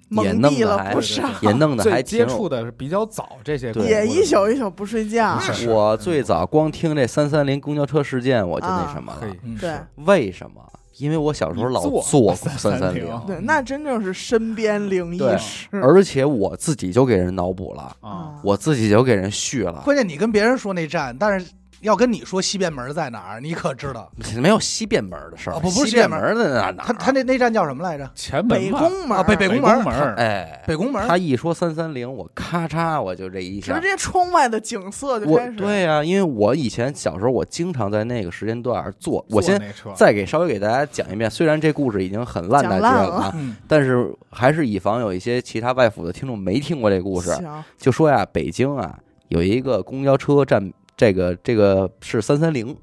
D: 蒙
A: 也弄
D: 蔽
A: 得
D: 了
A: 还
D: 不少，
A: 也 弄得还
B: 最
A: 挺有
B: 接触的是比较早这些故
A: 对
B: 事，
D: 也一宿一宿不睡觉
B: 不。是是
A: 我最早光听这三三零公交车事件，我就那
D: 啊
A: 什么了。
B: 可以。
E: 嗯
D: 对
A: 为什么？因为我小时候老
B: 你坐
A: 坐过三
B: 330
A: 三零，
D: 对，那真正是身边灵异
A: 哦嗯对
D: 事
A: 而且我自己就给人脑补了，
B: 啊，
A: 我自己就给人续了。
E: 关键你跟别人说那站，但是要跟你说西便门在哪儿，你可知道？
A: 没有西便门的事儿，
E: 哦不不是
A: 西
E: 西
A: 便
E: 便门
A: 门的那哪儿？啊
E: 他他那那站叫什么来着？
B: 前
D: 北
B: 门吧，
D: 宫门
E: 啊
D: 儿，
E: 北北
B: 北
E: 宫门儿
B: 宫门儿，
A: 哎，
E: 北宫门
A: 他一说三三零，我咔嚓我就这一
D: 直
A: 下。
D: 接窗外的景色就
A: 我
D: 开始。
A: 对呀、因为我以前小时候，我经常在那个时间段儿坐。我
B: 坐
A: 先
B: 那车
A: 再给稍微给大家讲一遍，虽然这故事已经很烂大街
D: 讲烂
A: 啊，
E: 嗯
A: 但是还是以防有一些其他外府的听众没听过这故事，
D: 行，
A: 就说呀，北京啊有一个公交车站，这个这个是三三零，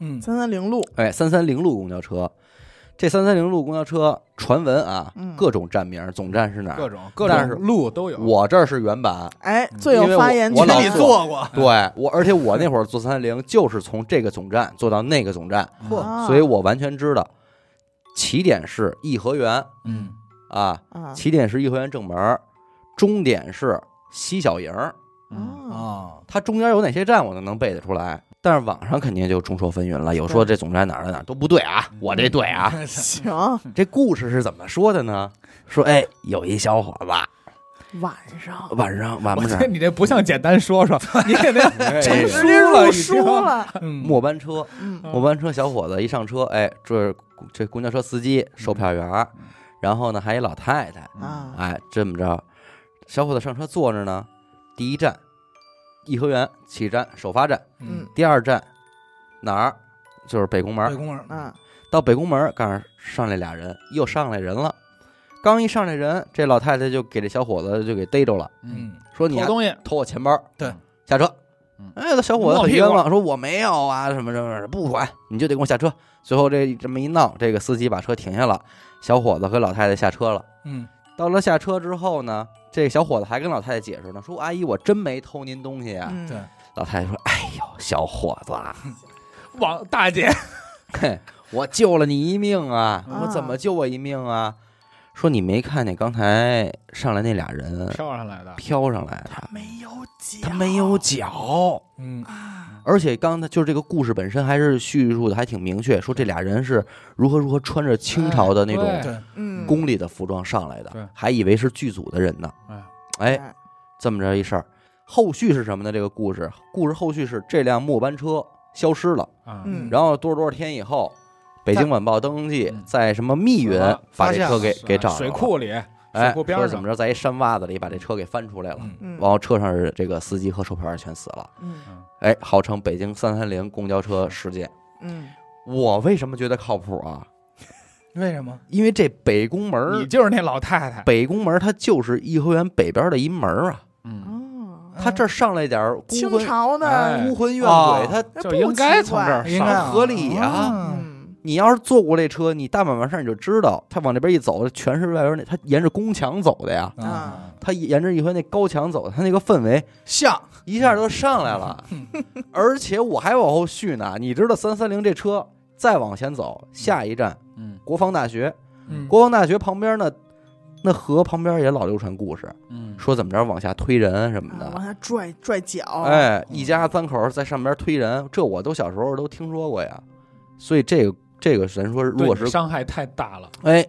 E: 嗯
D: 三三零路，
A: 哎，三三零路公交车。这三三零路公交车传闻啊，
D: 嗯
A: 各种站名，总站是哪
B: 各
A: 儿？
B: 种各
A: 但
B: 种
A: 是
B: 路都有。
A: 我这儿是原版，
D: 哎，
B: 嗯
D: 最
A: 因为
D: 有
A: 我
D: 发言
A: 我
D: 权
A: 老
E: 跟
D: 的。
E: 你
A: 坐
E: 坐
B: 啊
E: 过，
A: 对我，而且我那会儿坐三三零就是从这个总站坐到那个总站，
B: 嗯
E: 嚯，
D: 啊
A: 所以我完全知道，起点是颐和园
E: 嗯
A: 啊，
D: 啊，
A: 起点是颐和园正门儿，终点是西小营儿，
B: 嗯，
D: 啊，
E: 啊，
A: 它中间有哪些站我都能背得出来，但是网上肯定就众说纷纭了，有说这总站哪儿的哪儿都不对啊，
B: 嗯
A: 我这对啊。
D: 行，
A: 这故事是怎么说的呢？说哎，有一小伙子
D: 晚上
A: 晚 上晚
B: 我
A: 不
B: 觉
A: 上
B: 得你这不像简单说说，你给那
A: 哎
B: 陈
D: 直接
B: 了
D: 入
B: 已经
D: 书。了，
A: 末班车，
D: 嗯，
A: 末班车小伙子一上车，哎，这这公交车司机、售票员儿，然后呢还一老太太，
D: 啊，
A: 哎，这么着，小伙子上车坐着呢，第一站颐和园起站首发站，
D: 嗯
A: 第二站哪儿？就是北宫门
E: 对
A: 儿。
E: 公园儿，
D: 嗯，
A: 到北宫门儿，赶上上来俩人，又上来人了。刚一上来人，这老太太就给这小伙子就给逮着了，
B: 嗯，
A: 说 你
B: 偷
A: 啊
B: 东西，
A: 偷我钱包，
E: 对，
A: 下车
B: 嗯。
A: 哎，这小伙子
B: 摸
A: 很
B: 屁
A: 冤
B: 股
A: 枉，说我没有啊，什么什么，不管，你就得给我下车。最后这这么一闹，这个司机把车停下了，小伙子和老太太下车了。
E: 嗯
A: 到了下车之后呢，这小伙子还跟老太太解释呢，说阿姨，我真没偷您东西啊。
D: 嗯
E: 对
A: 老太太说，哎呦，小伙子啊，
B: 王大姐，
A: 嗯嘿，我救了你一命啊！
D: 啊
A: 我怎么救我一命啊？说你没看见刚才上来那俩人
B: 飘上来的，
A: 飘上来的，
D: 没有脚，
A: 他没有脚，
E: 嗯
D: 啊，
A: 而且刚才就是这个故事本身还是叙述的还挺明确，说这俩人是如何如何穿着清朝的那
B: 哎
A: 种
E: 对，
D: 嗯，
A: 宫里的服装上来的
B: 对，
A: 还以为是剧组的人呢
B: 哎。
A: 哎，这么着一事儿，后续是什么呢？这个故事，故事后续是这辆末班车消失了。
B: 啊，
D: 嗯，
A: 然后多少多少天以后，《北京晚报》登记
B: 嗯
A: 在什么密云
B: 啊
A: 把
E: 发
A: 这
E: 现
A: 车
E: 了
A: 给给找着
B: 水
A: 了，
B: 库里，水
A: 哎，
B: 库边
A: 说
B: 儿
A: 怎么着，
B: 上，
A: 在一山洼子里把这车给翻出来了，
E: 嗯
D: 嗯
A: 然后车上这个司机和售票员全死了，
D: 嗯
A: 哎，号称北京三三零公交车事件。
D: 嗯，
A: 我为什么觉得靠谱啊？
E: 为什么？
A: 因为这北宫门
B: 你
A: 儿，
B: 就是那老太太，
A: 北宫门儿它就是颐和园北边儿的一门儿啊，
B: 嗯，
D: 哦，
A: 它这儿上来点儿孤
D: 清
A: 魂
D: 朝的
B: 哎
A: 孤魂怨
E: 哦
A: 鬼，它
D: 那
B: 就
D: 不
B: 应该
D: 奇
B: 从这儿
D: 怪
E: 应该
B: 上，
E: 啊
A: 合理啊
E: 嗯
D: 嗯
A: 你要是坐过这车，你大马完事儿你就知道，它往这边一走，全是外边儿那，它沿着宫墙走的呀。
D: 嗯
E: 啊，
A: 他沿着一回那高墙走，他那个氛围
E: 像
A: 一下就上来了。而且我还往后续呢，你知道三三零这车再往前走，下一站
B: 嗯
A: 国防大学，
E: 嗯
A: 国防大学旁边呢，那河旁边也老流传故事，
B: 嗯，
A: 说怎么着往下推人什么
D: 啊往
A: 的。
D: 下哦拽拽脚，，
A: 嗯哎，一家三口在上边推人，这我都小时候都听说过呀。所以这个这个咱说，如
B: 对
A: 果
B: 你
A: 是
B: 伤害太大了，
A: 哎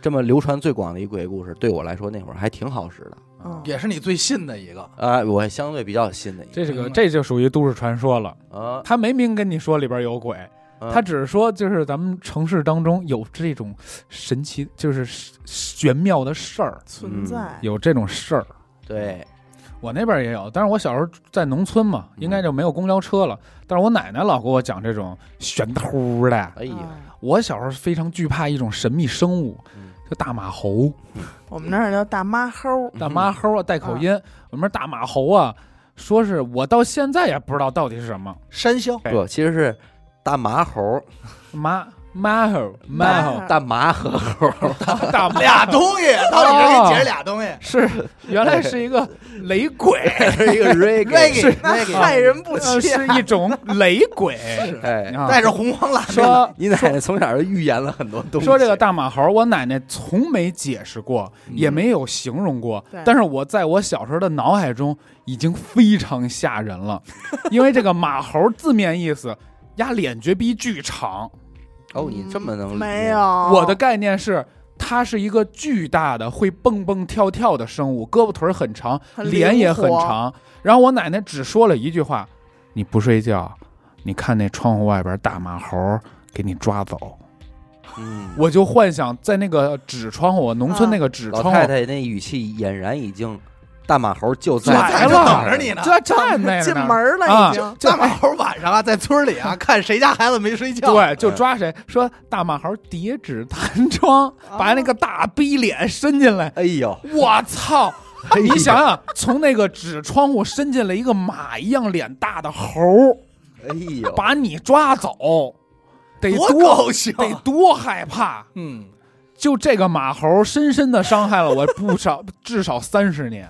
A: 这么流传最广的一鬼故事，对我来说那会儿还挺好使的
D: 嗯
E: 也是你最信的一个，
A: 啊、我还相对比较新的一个
B: 这是个
E: 明白
B: 这就属于都市传说了。
A: 啊，
B: 他没明跟你说里边有鬼，
A: 嗯
B: 他只是说就是咱们城市当中有这种神奇，就是玄妙的事儿，
D: 存
A: 哎
D: 在，
B: 有这种事儿。
A: 对，
B: 我那边也有，但是我小时候在农村嘛，
A: 嗯
B: 应该就没有公交车了。但是我奶奶老给我讲这种玄乎的。
A: 哎呀，
D: 啊
B: 我小时候非常惧怕一种神秘生物
A: 嗯，
B: 叫大马猴、
D: 我们那儿叫大 妈齁，
A: 嗯
B: 大马猴啊，带口音。我们那儿大马猴啊，说是我到现在也不知道到底是什么
E: 山魈
A: 不，其实是大麻猴，
B: 马马猴马猴
D: 嗯
A: 大麻猴，
B: 大马
E: 俩东西，到底是给
B: 啊
E: 你解释俩东西，
B: 是原来是一个雷鬼，
A: 是一个 reggae，
E: Reggae
D: 那害人不
B: 呃
D: 浅
B: 是一种雷鬼。
A: 哎，
B: 啊
E: 带着红 黄蓝的
B: 说
A: 你奶奶从小就预言了很多东西。
B: 说这个大马猴，我奶奶从没解释过，
E: 嗯
B: 也没有形容过
D: 对，
B: 但是我在我小时候的脑海中已经非常吓人了，因为这个马猴字面意思，压脸绝逼巨长，
A: 哦，你这么能
D: 嗯没有？我
B: 我的概念是。它是一个巨大的会蹦蹦跳跳的生物，胳膊腿儿很长，
D: 很
B: 脸也
D: 灵
B: 很
D: 活
B: 长。然后我奶奶只说了一句话：“你不睡觉，你看那窗户外边大马猴给你抓走。”
A: 嗯，
B: 我就幻想在那个纸窗户，我农
D: 啊
B: 村那个纸
A: 老
B: 窗户，
A: 太太那语气俨然已经，大马猴就在
B: 来
E: 咱就
B: 了
E: 等着你呢。
B: 这站那
D: 进
B: 儿
D: 门
B: 呢，
D: 儿了
B: 啊
D: 已经，
B: 这
E: 大马猴晚上啊，在村里啊，看谁家孩子没睡觉，
B: 对，就抓谁说大马猴叠纸弹窗，
D: 啊
B: 把那个大逼脸伸进来，
A: 哎呦，
B: 我操！
A: 哎
B: 你
A: 呦
B: 想，想，从那个纸窗户伸进来一个马一样脸大的猴，
A: 哎呦，
B: 把你抓走，得
E: 多
B: 多
E: 高兴啊！
B: 得多害怕！
E: 嗯，
B: 就这个马猴，深深的伤害了我不少， 至少三十年。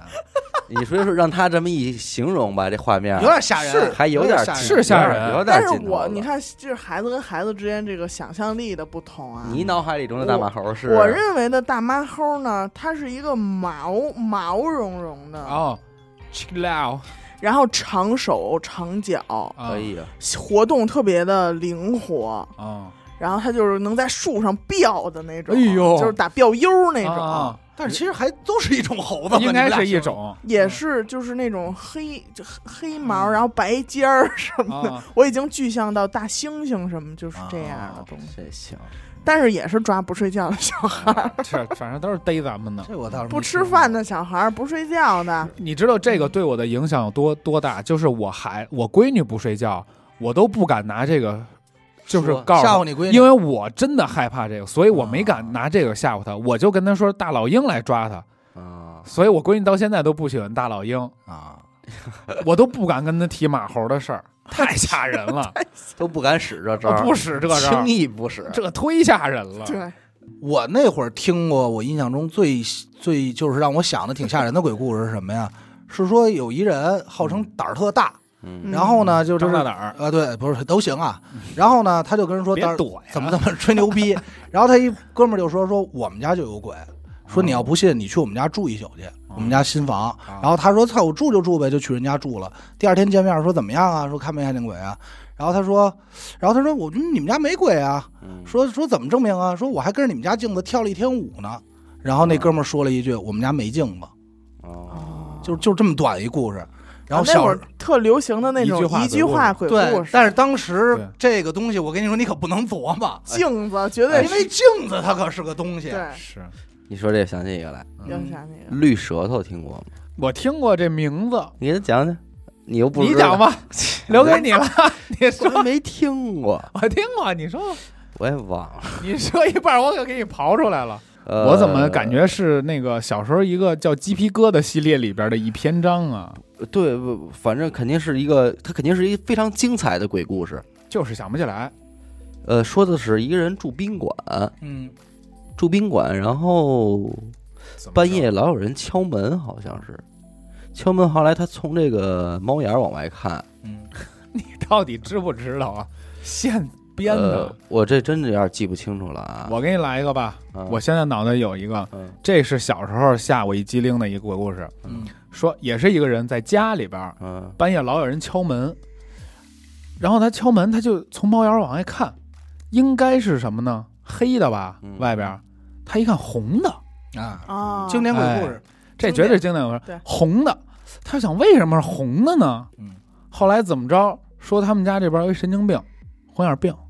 A: 你说说，让他这么一形容吧，这画面
E: 有点吓人，
A: 还有点
E: 吓人
B: 是吓人
A: 有点有点
D: 但是
A: 劲头
D: 我
A: 了
D: 你，看，就是孩子跟孩子之间这个想象力的不同啊。
A: 你脑海里中的大马猴是？
D: 我认为的大妈齁呢，它是一个毛毛茸茸的，
B: 啊哦，chill out，
D: 然后长手长脚，
B: 啊
A: 哎呀，
D: 活动特别的灵活，
B: 啊，
D: 然后他就是能在树上飙的那种，
B: 哎呦
D: 就是打飙悠儿那种，
B: 啊
E: 但是其实还都是一种猴子吧，
B: 应该
E: 你们俩
B: 是一
E: 说
B: 种
D: 也是就是那种黑就黑黑毛，然后白尖儿 什么的。
B: 啊，
D: 我已经具象到大猩猩什么就是这
A: 啊
D: 样的东西，
A: 这行，
D: 但是也是抓不睡觉的小孩儿，
B: 是反正都是逮咱们的。
E: 这我倒是没
D: 不
E: 听
D: 吃
E: 过
D: 饭的小孩儿，不睡觉的，
B: 你知道这个对我的影响有多多大？就是我孩我闺女不睡觉，我都不敢拿这个，就是
A: 说
B: 告诉
E: 吓
B: 她
E: 唬你闺女，
B: 因为我真的害怕这个，所以我没
E: 啊
B: 敢拿这个吓唬她。我就跟她说大老鹰来抓她，
A: 啊，
B: 所以我闺女到现在都不喜欢大老鹰，
E: 啊，
B: 我都不敢跟她提马猴的事儿，太吓人了，
A: 都不敢使这招
B: 我
A: 儿，
B: 啊不使这招
A: 轻，易不使。
B: 这忒吓人了。
D: 对，
E: 我那会儿听过，我印象中最最就是让我想的挺吓人的鬼故事是什么呀？是说有一人号称胆儿特大，
A: 嗯
E: 然后呢就是
B: 张大胆儿，
E: 啊，对，不是都行啊。然后呢，他就跟人说
B: 别
E: 胆儿
B: 躲呀，
E: 怎么怎么吹牛逼，然后他一哥们儿就说说我们家就有鬼，说你要不信，你去我们家住一宿去，我们家新房。然后他说操，我住就住呗，就去人家住了。第二天见面说怎么样啊？说看没看见鬼啊？然后他说，然后他说我嗯你们家没鬼啊？
A: 嗯
E: 说说怎么证明啊？说我还跟着你们家镜子跳了一天舞呢。然后那哥们儿说了一句：“我们家没镜子。
B: 啊
A: 哦，”
E: 就就这么短一故事。然
D: 啊
E: 后
D: 那
E: 小
D: 会儿特流行的那种
B: 一句话
D: 一句话鬼故
E: 对，
D: 事，
E: 但是当时
B: 对
E: 这个东西，我跟你说，你可不能琢磨，
D: 镜子绝
E: 因
D: 对
E: 为
D: 是
E: 镜子它可是个东西。
D: 对，
B: 是
A: 你说这想起一个来，
D: 要
E: 嗯
D: 想那个
A: 绿舌头听过吗？
B: 我听过这名字，
A: 你给他讲讲，你又不
B: 你
A: 知道
B: 讲， 吧，留给你了。你说
A: 我还没听过，
B: 我听过，你说
A: 我也忘了。
B: 你说一半，我可给你刨出来了。
A: 呃
B: 我怎么感觉是那个小时候一个叫《鸡皮疙瘩》系列里边的一篇章啊？
A: 对？不反正肯定是一个，它肯定是一个非常精彩的鬼故事。
B: 就是想不起来。
A: 呃，说的是一个人住宾馆，
E: 嗯，
A: 住宾馆，然后
B: 怎么
A: 半
B: 着
A: 夜老有人敲门，好像是敲门。后来他从这个猫眼儿往外看，
E: 嗯，
B: 你到底知不知道啊？现编的
A: 呃。我这真的有点记不清楚了啊。
B: 我给你来一个吧，
A: 嗯
B: 我现在脑袋有一个，
A: 嗯
B: 这是小时候吓我一激灵的一个鬼故事，
E: 嗯，
B: 说也是一个人在家里边，
A: 嗯
B: 半夜老有人敲门，然后他敲门，他就从猫眼儿往外看，应该是什么呢？黑的吧，
A: 嗯
B: 外边儿，他一看红的，
E: 啊，
D: 啊，
E: 经典鬼故事，
B: 这
D: 经典
B: 绝对是经典故
D: 对
B: 事，红的。他想为什么是红的呢？
E: 嗯，
B: 后来怎么着？说他们家这边有一神经病，红眼病。
E: 哎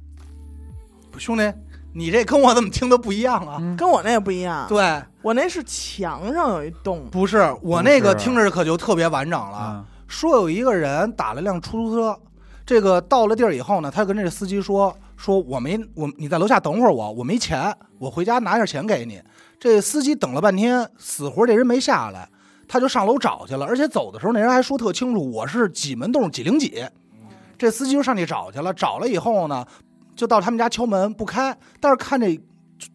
E: 兄弟，你这跟我怎么听的不一样啊？
B: 嗯，
D: 跟我那也不一样，
E: 对，
D: 我那是墙上有一 洞，
E: 不是嗯我那个听着可就特别完整了。
B: 啊，
E: 说有一个人打了辆出租车，这个到了地儿以后呢，他就跟这司机说：“说我没我你在楼下等会儿我，我没钱，我回家拿点钱给你。”这司机等了半天，死活这人没下来，他就上楼找去了。而且走的时候，那人还说特清楚，我是几门洞几零几。这司机就上去找去了，找了以后呢，就到他们家敲门不开，但是看这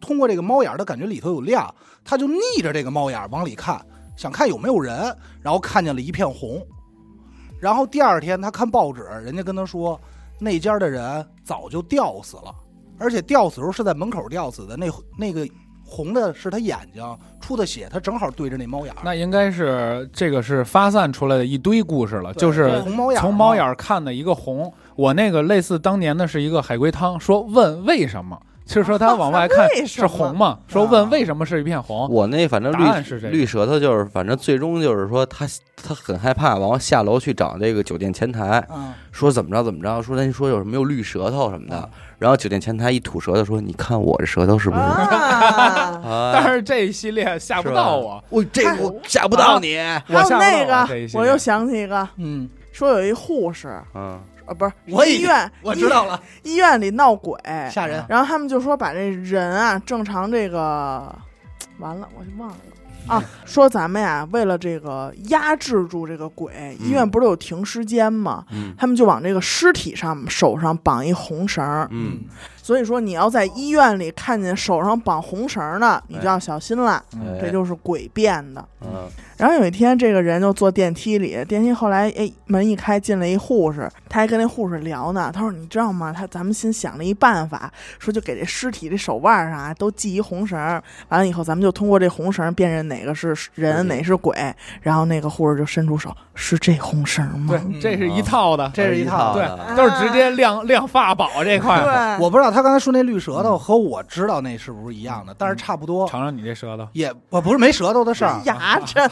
E: 通过这个猫眼儿，他感觉里头有亮，他就逆着这个猫眼儿往里看，想看有没有人，然后看见了一片红。然后第二天他看报纸，人家跟他说那家的人早就吊死了，而且吊死时候是在门口吊死的，那那个红的是他眼睛出的血，他正好对着那猫眼儿，
B: 那应该是这个是发散出来的一堆故事了，
E: 对
B: 就是
E: 红猫眼儿嘛，
B: 从猫眼儿看的一个红。我那个类似当年的是一个海龟汤，说问为什么，就是说他往外看
D: 为什
B: 是
D: 么
B: 红嘛，说
E: 啊
B: 问为什么是一片红。
A: 我那反正
B: 答案
A: 绿
B: 是这个
A: 绿舌头就是，反正最终就是说他他很害怕，然后下楼去找这个酒店前台，
E: 嗯，
A: 说怎么着怎么着，说咱说有什么有绿舌头什么的，然后酒店前台一吐舌头说，你看我这舌头是不是？
D: 啊，
A: 啊
B: 但是这一系列吓不
A: 是吧
B: 到我，
A: 我这
D: 看
A: 我吓不到你，
D: 还
B: 我
D: 有
B: 吓不
D: 那
B: 到我这
D: 个
B: 一，系
D: 我
B: 列
D: 又想起一个，
E: 嗯，
D: 说有一护士啊，
A: 嗯，
D: 不是
E: 我已
D: 医
E: 经
D: 院，
E: 我
D: 医
E: 知道了，
D: 医院里闹鬼，
A: 哎
E: 吓人，
D: 然后他们就说把这人啊，正常这个，完了我就忘了。啊，说咱们呀，为了这个压制住这个鬼，医
E: 嗯
D: 院不是有停尸间吗？
A: 嗯
D: 他们就往这个尸体上手上绑一红绳儿，
A: 嗯，
D: 所以说你要在医院里看见手上绑红绳呢，你就要小心了，
A: 哎
D: 这就是鬼变的。
A: 嗯
D: 然后有一天，这个人就坐电梯里，电梯后来哎门一开进来一护士，他还跟那护士聊呢。他说：“你知道吗？他咱们新想了一办法，说就给这尸体这手腕上啊都系一红绳儿，完了以后咱们就通过这红绳儿辨认哪个是人，哪是鬼。”然后那个护士就伸出手：“是这红绳儿吗？”
B: 对，这是一套的，
E: 嗯
B: 哎
E: 这是一套
B: 对
A: 一的
D: 啊
B: 都是直接亮亮发宝这块儿。
D: 对，
E: 我不知道他刚才说那绿舌
A: 嗯
E: 头和我知道那是不是一样的，但是差不多。
B: 尝尝你这舌头，
E: 也我不是没舌头的事儿，啊
A: 哎
D: 牙碜。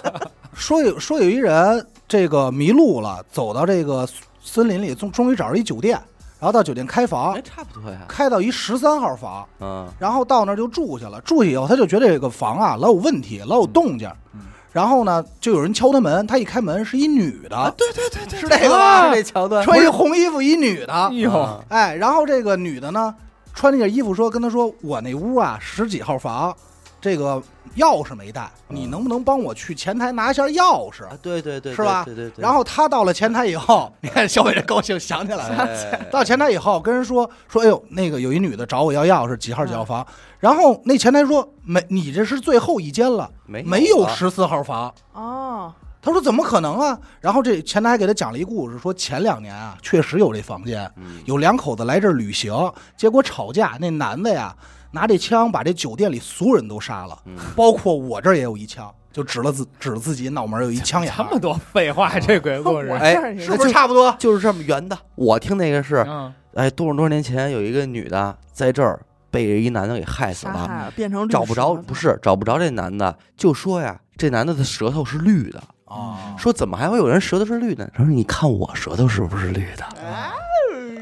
E: 说有说有一人这个迷路了，走到这个森林里，终终于找着一酒店，然后到酒店开房
A: 哎，，差不多呀，
E: 开到一十三号房，
A: 嗯
E: 然后到那儿就住下了。住下以后，他就觉得这个房啊老有问题，老有动静
B: 嗯嗯。
E: 然后呢，就有人敲他门，他一开门是一女的，
A: 啊对对对对，
E: 是这个吧
A: 是这桥段，
E: 穿一红衣服一女的
B: 哎，呦，
A: 啊
E: 哎，然后这个女的呢，穿那件衣服说跟他说，我那屋啊十几号房，这个钥匙没带，你
A: 嗯
E: 能不能帮我去前台拿一下钥匙？
A: 啊，对对对，
E: 是吧
A: 对对对，
E: 然后他到了前台以后，你看小伟这高兴想起来了。
A: 哎
E: 到前台以后跟人说说，哎呦，那个有一女的找我要钥匙，几号几号房。
A: 嗯
E: 然后那前台说没，你这是最后一间了，
A: 没啊
E: 没有十四号房。
D: 哦，
E: 他说怎么可能啊？然后这前台还给他讲了一故事，说前两年啊，确实有这房间，
A: 嗯
E: 有两口子来这儿旅行，结果吵架，那男的呀拿这枪把这酒店里所有人都杀了，
A: 嗯
E: 包括我这儿也有一枪，就指了自指着自己脑门儿有一枪眼儿
B: 这，么多废话，这鬼故事。
A: 哎
D: 这儿也
E: 是不是差不多？
A: 就是这么圆的。我听那个是，
B: 嗯，
A: 哎，多少多少年前有一个女的在这儿被一男的给害死
D: 杀
A: 了，
D: 害了，变成绿
A: 找不着，
D: 蛇了
A: 不是找不着这男的，就说呀，这男的的舌头是绿的，
E: 啊
A: 说怎么还会有人舌头是绿的？他说你看我舌头是不是绿的？
D: 哎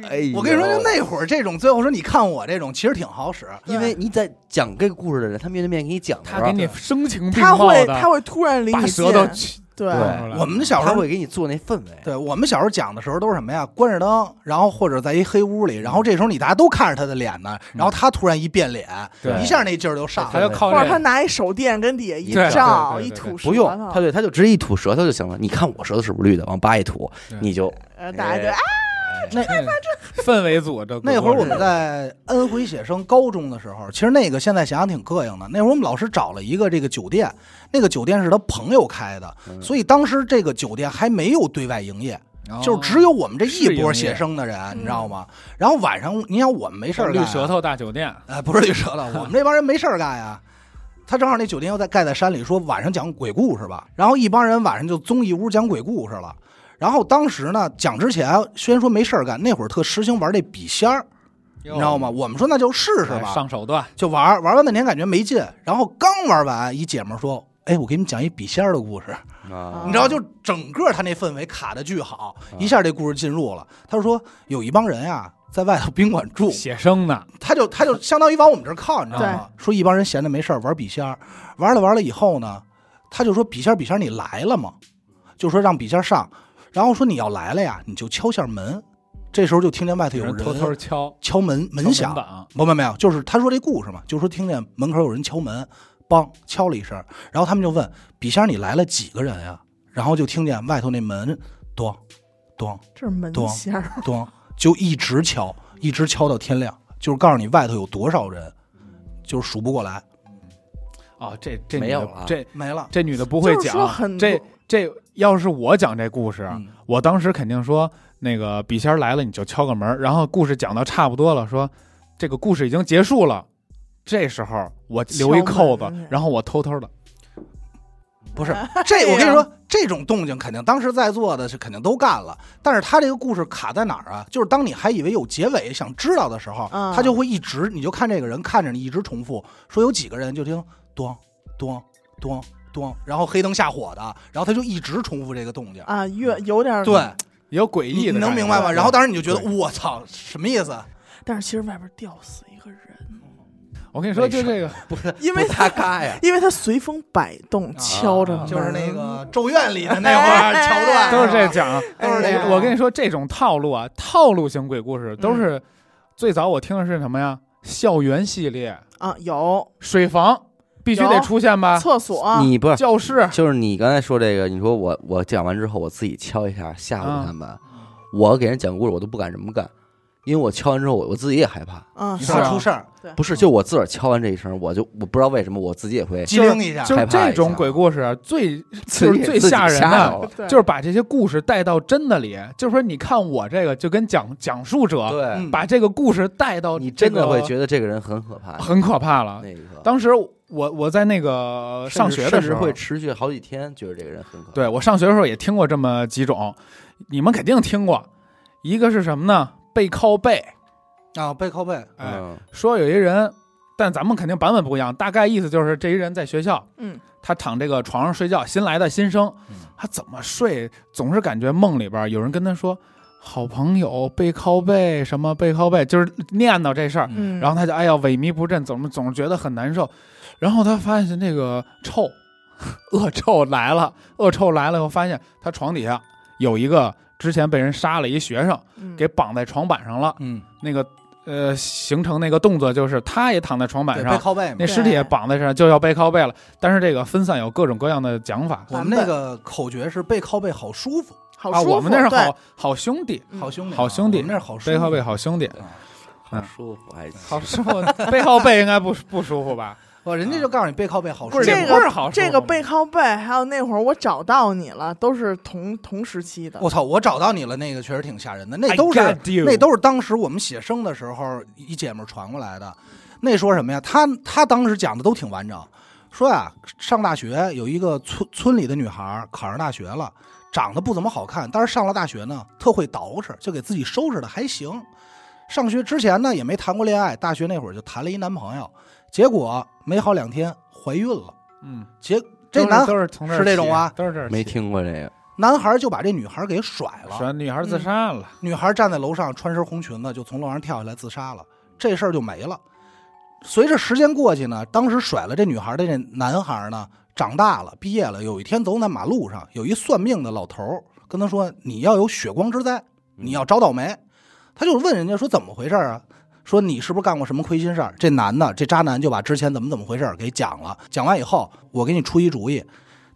A: 哎，
E: 我跟你说，就。那会儿这种，最后说你看我这种，其实挺好使。
A: 因为你在讲这个故事的人，他面对面给你讲的时
B: 他
A: 候，
B: 给你生情并
D: 他
B: 茂
D: 会
B: 的，
D: 他会突然离
B: 把
D: 你
B: 舌
D: 近，
B: 头起
D: 对
A: 对
B: 出来
E: 我嗯们小时
A: 他
E: 候，
A: 会给你做那氛围。
E: 对我们小时候讲的时候都是什么呀？关着灯，然后或者在一黑屋里，然后这时候你大家都看着他的脸呢，然后他突然一变脸，
B: 对
E: 一下那劲儿就上
B: 他
E: 来
B: 就
E: 了。
B: 靠
D: 或者他
B: 这
D: 拿一手电跟底下
A: 对
D: 一照，
B: 对对对
D: 一吐舌头，
A: 不用，他对他就直接一吐舌头就行了。你看我舌头是不是绿的？往八一吐
B: 对，
A: 你就
D: 呃大家就
A: 哎
D: 啊，
E: 那
B: 这氛围组这鬼
E: 那会儿我们
B: 故事
E: 在安徽写生高中的时候，其实那个现在想想挺膈应的。那会儿我们老师找了一个这个酒店，那个酒店是他朋友开的，
A: 嗯
E: 所以当时这个酒店还没有对外营业，
B: 哦
E: 就是只有我们这一波写生的人，你知道吗？然后晚上，你想我们没事儿干
B: 绿
E: 啊
B: 舌头大酒店，
E: 哎，不是绿舌头，我们这帮人没事儿干呀。他正好那酒店又在盖在山里，说晚上讲鬼故事吧。然后一帮人晚上就综一屋讲鬼故事了。然后当时呢，讲之前虽然说没事儿干，那会儿特时兴玩这笔仙儿，你
B: 你
E: 知道吗？？我们说那就试试
B: 哎
E: 吧，哦
B: 上手段，
E: 就玩儿玩完半天感觉没劲。然后刚玩完，一姐们儿说：“哎，我给你们讲一笔仙儿的故事。”
A: 啊
E: 你知道，就整个他那氛围卡的巨好，
A: 啊
E: 一下这故事进入了。他就说有一帮人呀，在外头宾馆 住，
B: 写生呢，
E: 他就他就相当于往我们这儿靠，你知道吗？说一帮人闲着没事儿玩笔仙儿，玩了玩了以后呢，他就说笔仙儿笔仙儿你来了吗？就说让笔仙儿上，然后说你要来了呀，你就敲下门。这时候就听见外头有人
B: 偷偷敲
E: 敲门，门响，
B: 板，啊
E: 明白没有？就是他说这故事嘛，就说听见门口有人敲门，梆敲了一声，然后他们就问笔仙儿你来了几个人呀？然后就听见外头那门咚咚
D: 这是门仙儿，
E: 咚，就一直敲，一直敲到天亮，就是告诉你外头有多少人，就是数不过来，
B: 哦，这这
A: 没
B: 女的
A: 有了
B: 这
E: 没了。
B: 这女的不会
D: 就是说
B: 讲，
D: 很
B: 这这要是啊我讲这故事，
E: 嗯
B: 我当时肯定说那个笔仙儿来了你就敲个门儿，然后故事讲到差不多了，说这个故事已经结束了。这时候我留一扣子
A: 嗯
D: 敲门，
B: 然后我偷偷的，
E: 不是这，
D: 啊哎呀
E: 我跟你说，这种动静肯定当时在座的是肯定都干了，但是他这个故事卡在哪儿啊？就是当你还以为有结尾想知道的时候，
D: 嗯
E: 他就会一直，你就看这个人看着你一直重复说有几个人，就听咚咚咚咚，然后黑灯瞎火的，然后他就一直重复这个动静。
D: 啊，越有点儿
E: 对，，
B: 有诡异
E: 你
B: 的，
E: 你能明白吗？然后当时你就觉
B: 对
E: 得我操，什么意思？
D: 但是其实外边吊死一个人，
B: 我跟你说，
A: 为
B: 就
A: 什么
B: 这个
A: 不是
D: 因为
A: 不搭嘎呀，
D: 因为他随风摆动，敲着门，
E: 就是那个
B: 嗯
E: 《咒怨》里的那会儿桥段，
B: 都是这讲，
E: 都是这
D: 哎
E: 个。
D: 呀
B: 我我跟你说，这种套路啊，套路型鬼故事都是、最早我听的是什么呀？校园系列，
D: 啊，有
B: 水房必须得
D: 有
B: 出现吧？
D: 厕所，
A: 你不是
B: 教室
A: 就是你刚才说这个，你说我
B: 啊
A: 我讲完之后我自己敲一下吓唬他们，我给人讲故事我都不敢这么干。因为我敲完之后，我我自己也害怕。
D: 嗯，
E: 你
D: 是
E: 怕
B: 啊
E: 出事儿，
A: 不是，就我自个儿敲完这一声，我就我不知道为什么我自己也会
E: 机灵一下，
B: 就是这种鬼故事最就
A: 自己
B: 是
A: 自
B: 最
A: 己
B: 吓人
A: 吓
B: 的
A: 着，了
D: 对
B: 就是把这些故事带到真的里，就是说，你看我这个就跟讲讲述者
A: 对，
E: 嗯
B: 把这个故事带到、
A: 你真的会
B: 得
A: 觉得这个人很可怕。
B: 哦很可怕了
A: 那。一刻，
B: 当时我我在那个
A: 甚至
B: 上学的
A: 甚
B: 时
A: 至
B: 候
A: 会，持续好几天，觉得这个人很可怕。
B: 对我上学的时候也听过这么几种，你们肯定听过。一个是什么呢？背靠背，
E: 啊，背靠背，
B: 哎，
A: 嗯，
B: 说有一人，但咱们肯定版本不一样，大概意思就是这一人在学校，
D: 嗯，
B: 他躺这个床上睡觉，新来的新生
E: 嗯，
B: 他怎么睡，总是感觉梦里边有人跟他说“好朋友背靠背”什么背靠背，就是念叨这事儿，
D: 嗯，
B: 然后他就哎呀萎靡不振，怎么总是觉得很难受，然后他发现那个臭 恶臭来了，恶臭来了以后，发现他床底下有一个之前被人杀了一学生，
D: 嗯
B: 给绑在床板上了，
E: 嗯，
B: 那个呃形成那个动作就是他也躺在床板
E: 对，背
B: 上，
E: 靠背嘛
B: 那。尸体也绑在身上，就要背靠背了。但是这个分散有各种各样的讲法
E: 我们那个口诀是背靠背好舒服，
D: 好
B: 啊，
D: 舒服，
B: 我们那是
D: 对
B: 好好兄弟，
D: 嗯
E: 好兄弟啊，
B: 好兄弟
E: 我们那是好舒服啊
B: 背靠背好兄弟，
E: 对
A: 好舒服，哎，
B: 嗯好舒服， 背靠背应该不不舒服 吧？
E: 哦，人家
B: 啊
E: 就告诉你背靠背好舒
B: 不
E: 服，
B: 是
D: 这
B: 不是好舒服
D: 这个背靠背，还有那会儿我找到你了，都是同同时期的。
E: 我操！我找到你了，那个确实挺吓人的，那都是
B: I got you
E: 那都是当时我们写生的时候一姐们儿传过来的。那说什么呀？她她当时讲的都挺完整，说呀、上大学有一个村村里的女孩儿考上大学了，长得不怎么好看，但是上了大学呢，特会捯饬，就给自己收拾的还行。上学之前呢，也没谈过恋爱，大学那会儿就谈了一男朋友，结果没好两天怀孕了，
B: 嗯，
E: 结
B: 都
E: 这
B: 是
E: 男
B: 都是从这儿
E: 是这种
B: 起
E: 啊
B: 都是这儿
A: 没
B: 起。
A: 听过这个，
E: 男孩儿就把这女孩儿给甩了，
B: 说女孩自
E: 嗯
B: 杀了，
E: 女孩站在楼上，穿身红裙子就从楼上跳下来自杀了，这事儿就没了。随着时间过去呢，当时甩了这女孩的这男孩呢，长大了，毕业了。有一天走在马路上，有一算命的老头儿跟他说：“你要有血光之灾，你要找倒霉。”他就问人家说：“怎么回事啊？”说你是不是干过什么亏心事儿？这男的，这渣男就把之前怎么怎么回事儿给讲了。讲完以后，我给你出一主意，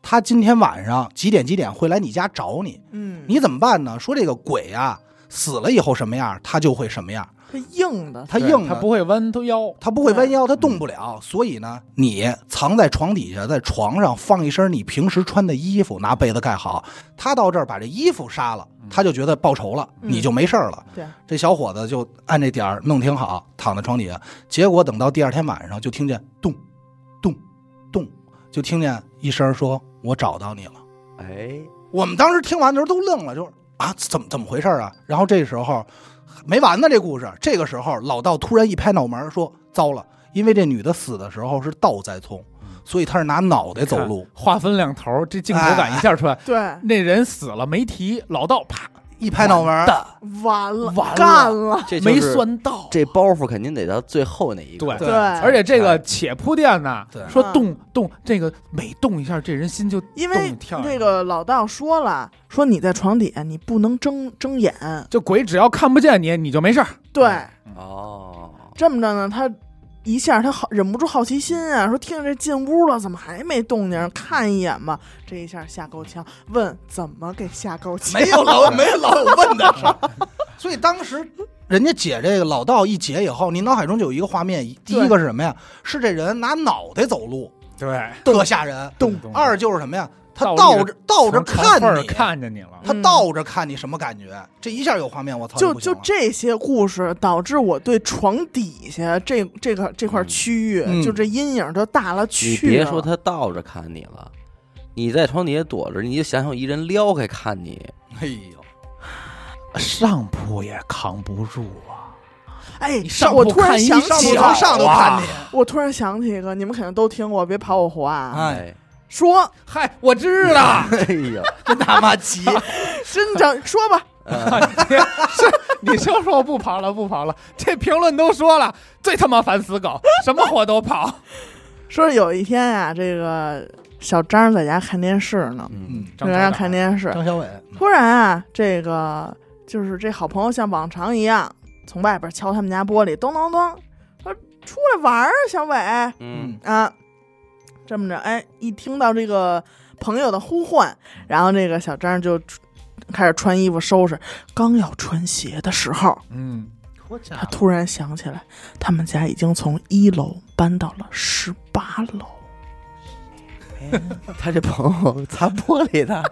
E: 他今天晚上几点几点会来你家找你，
D: 嗯，
E: 你怎么办呢？说这个鬼啊，死了以后什么样，他就会什么样。
D: 它硬的，
E: 他
B: 对
E: 硬
B: 他
E: 的，
B: 不嗯会弯都腰，
E: 他不会弯腰，他动不了。所以呢，你藏在床底下，在床上放一身你平时穿的衣服，拿被子盖好。他到这儿把这衣服杀了，
B: 嗯
E: 他就觉得报仇了，
D: 嗯
E: 你就没事儿了。
D: 对，
E: 这小伙子就按这点儿弄挺好，躺在床底下。结果等到第二天晚上，就听见咚，咚，咚，就听见一声说：“我找到你了。”
A: 哎，
E: 我们当时听完的时候都愣了，就是啊，怎么怎么回事啊？然后这时候没完呢，这故事。这个时候，老道突然一拍脑门说：“糟了，因为这女的死的时候是倒栽葱，所以她是拿脑袋走路。
B: 划分两头，这镜头
E: 哎
B: 感一下出来，
D: 对，
B: 那人死了没提，老道啪”
E: 一拍脑门儿，
D: 完了，
B: 完了
D: 干了，
A: 这就
B: 啊没
A: 是
B: 算到，
A: 这包袱肯定得到最后那一
B: 对
A: 个，
D: 对，
B: 而且这个且铺垫呢
E: 对，
B: 说动动这个每动一下，这人心就
D: 因
B: 动
D: 为
B: 跳。
D: 这个老道说了，说你在床底下你不能睁睁眼，
B: 就鬼只要看不见你，你就没事儿。
D: 对，
A: 哦，
D: 这么着呢，他一下他好忍不住好奇心啊，说听着这进屋了怎么还没动静，看一眼吧，这一下吓够呛，问怎么给吓够呛，
E: 没有老没 有老有问的是。所以当时人家解这个老道一解以后，你脑海中就有一个画面，第一个是什么呀？是这人拿脑袋走路，
B: 对，
E: 特吓人。
B: 动
E: 二就是什么呀？他
B: 倒
E: 倒
B: 立
E: 着倒着看你，
B: 看着你
A: 啊
B: 了。
E: 他
D: 嗯
E: 倒着看你什么感觉？这一下有画面，我操！
D: 就
E: 不
D: 就
E: 行了
D: 这些故事，导致我对床底下这这个这块区域，
E: 嗯
D: 就这阴影都大了去
A: 你别
D: 了。
A: 说他倒着看你了，你在床底下躲着，你就想想一人撩开看你，
E: 哎呦，
B: 上铺也扛不住啊！
D: 哎
B: 你，上
D: 我
B: 铺
D: 突然
B: 看一
D: 想
B: 上
D: 起
B: 铺
E: 从
D: 了，
E: 上头看你，
D: 我突然想起一个，你们肯定都听过，别跑我活啊！
E: 哎，
A: 哎，
D: 说
B: 嗨，我知 道，
A: 哎 呀，
E: 真他妈 急！
D: 真正说吧，
A: 嗯
B: 是你就说不跑了，不跑了。这评论都说了，最他妈烦死狗，什么活都跑。
D: 说有一天啊，这个小张在家看电视呢，
A: 嗯
E: 嗯，
D: 在家看电视，
E: 张小伟，
D: 突然啊，这个就是这好朋友像往常一样从外边敲他们家玻璃，咚咚咚，说出来玩儿啊，小伟，
A: 嗯，
D: 啊，这么着，哎，一听到这个朋友的呼唤，然后这个小张就出开始穿衣服收拾，刚要穿鞋的时候，
B: 嗯，
E: 多家
D: 他突然想起来，他们家已经从一楼搬到了十八楼。
A: 他这朋友擦玻璃的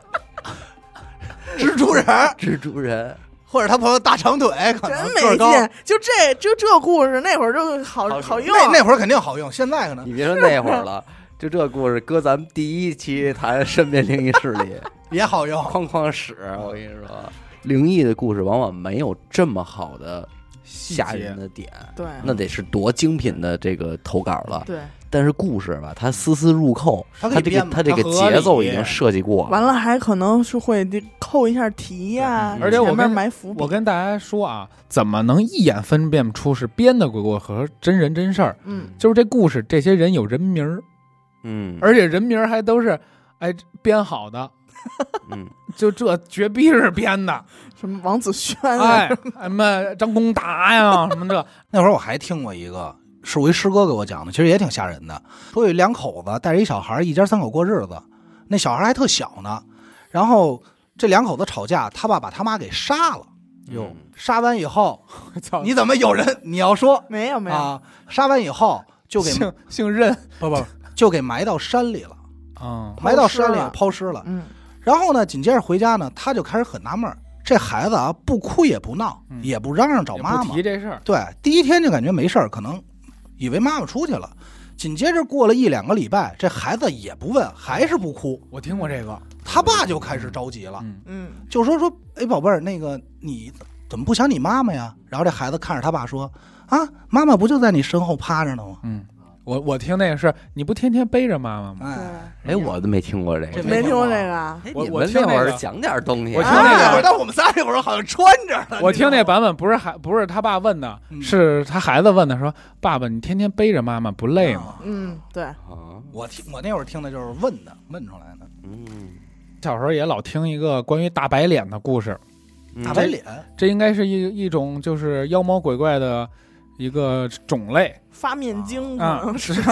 E: 蜘蛛人，
A: 蜘蛛人，
E: 或者他朋友大长腿，可能
D: 真
E: 个儿
D: 没
E: 高。
D: 劲，就这就这故事，那会儿就好
A: 好
D: 好用。
E: 那那会儿肯定好用，现在可能
A: 你别说那会儿了，就这故事搁咱们第一期谈身边灵异事里，
E: 也好用。
A: 哐哐使。我跟你说，灵异的故事往往没有这么好的吓人的点，
D: 对
A: 那得是多精品的这个投稿了。
D: 对，但
A: 但是故事吧，它丝丝入扣，
E: 它
A: 它
E: 可以
A: 这个
E: 编嘛
A: 它这个
E: 它合理
A: 节奏已经设计过
D: 完了还可能是会得扣一下题呀、
A: 对
B: 而且我
D: 前面
B: 跟
D: 埋伏笔。
B: 我跟大家说啊，怎么能一眼分辨出是编的鬼故事和真人真事儿？
D: 嗯，
B: 就是这故事，这些人有人名儿，
A: 嗯，
B: 而且人名儿还都是哎编好的，
A: 嗯，
B: 就这绝逼是编的。
D: 什么王子轩啊，
B: 哎，什么张公达呀，什么这，
E: 那会儿我还听过一个，是我一师哥给我讲的，其实也挺吓人的。说有两口子带着一小孩，一家三口过日子，那小孩还特小呢。然后这两口子吵架，他爸把他妈给杀了。
A: 哟，
E: 杀完以后，
B: 我操，
E: 你怎么有人？你要说
D: 没有没有，
E: 啊，杀完以后就给
B: 姓姓任
E: 不不就给埋到山里了，
B: 啊，
E: 埋到山里
D: 了
E: 抛尸了。
D: 嗯，
E: 然后呢，紧接着回家呢，他就开始很纳闷儿，这孩子啊不哭也不闹，
B: 嗯
E: 也不嚷嚷找
B: 也
E: 妈
B: 不
E: 妈
B: 提。这事儿，
E: 对，第一天就感觉没事儿，可能以为妈妈出去了。紧接着过了一两个礼拜，这孩子也不问，还是不哭，
B: 我听过这个，
E: 他爸就开始着急了，
B: 嗯，
D: 嗯，
E: 就说说，哎，宝贝儿，那个你怎么不想你妈妈呀？然后这孩子看着他爸说，啊，妈妈不就在你身后趴着呢吗？
B: 我我听那个是，你不天天背着妈妈吗？
E: 哎，
A: 哎，我都没听过这
E: 这
A: 个。
D: 没听过这个啊，
A: 哎
B: 我
A: 你
B: 我
A: 们
B: 听
A: 那会
B: 那
A: 儿
B: 个
A: 讲点东西，
B: 我听
A: 啊
B: 那个
E: 会儿但我们仨那会儿好像穿着呢
B: 我听那版本不是孩不是他爸问的，
E: 嗯
B: 是他孩子问的，说爸爸，你天天背着妈妈不累吗？
D: 嗯，对，
A: 啊
E: 我听我那会儿听的就是问的，问出来的。
A: 嗯，
B: 小时候也老听一个关于大白脸的故事，哎
A: 嗯
E: 大白脸，
B: 这应该是一一种就是妖魔鬼怪的一个种类
D: 发面经可
B: 啊，
D: 能
B: 是
D: 是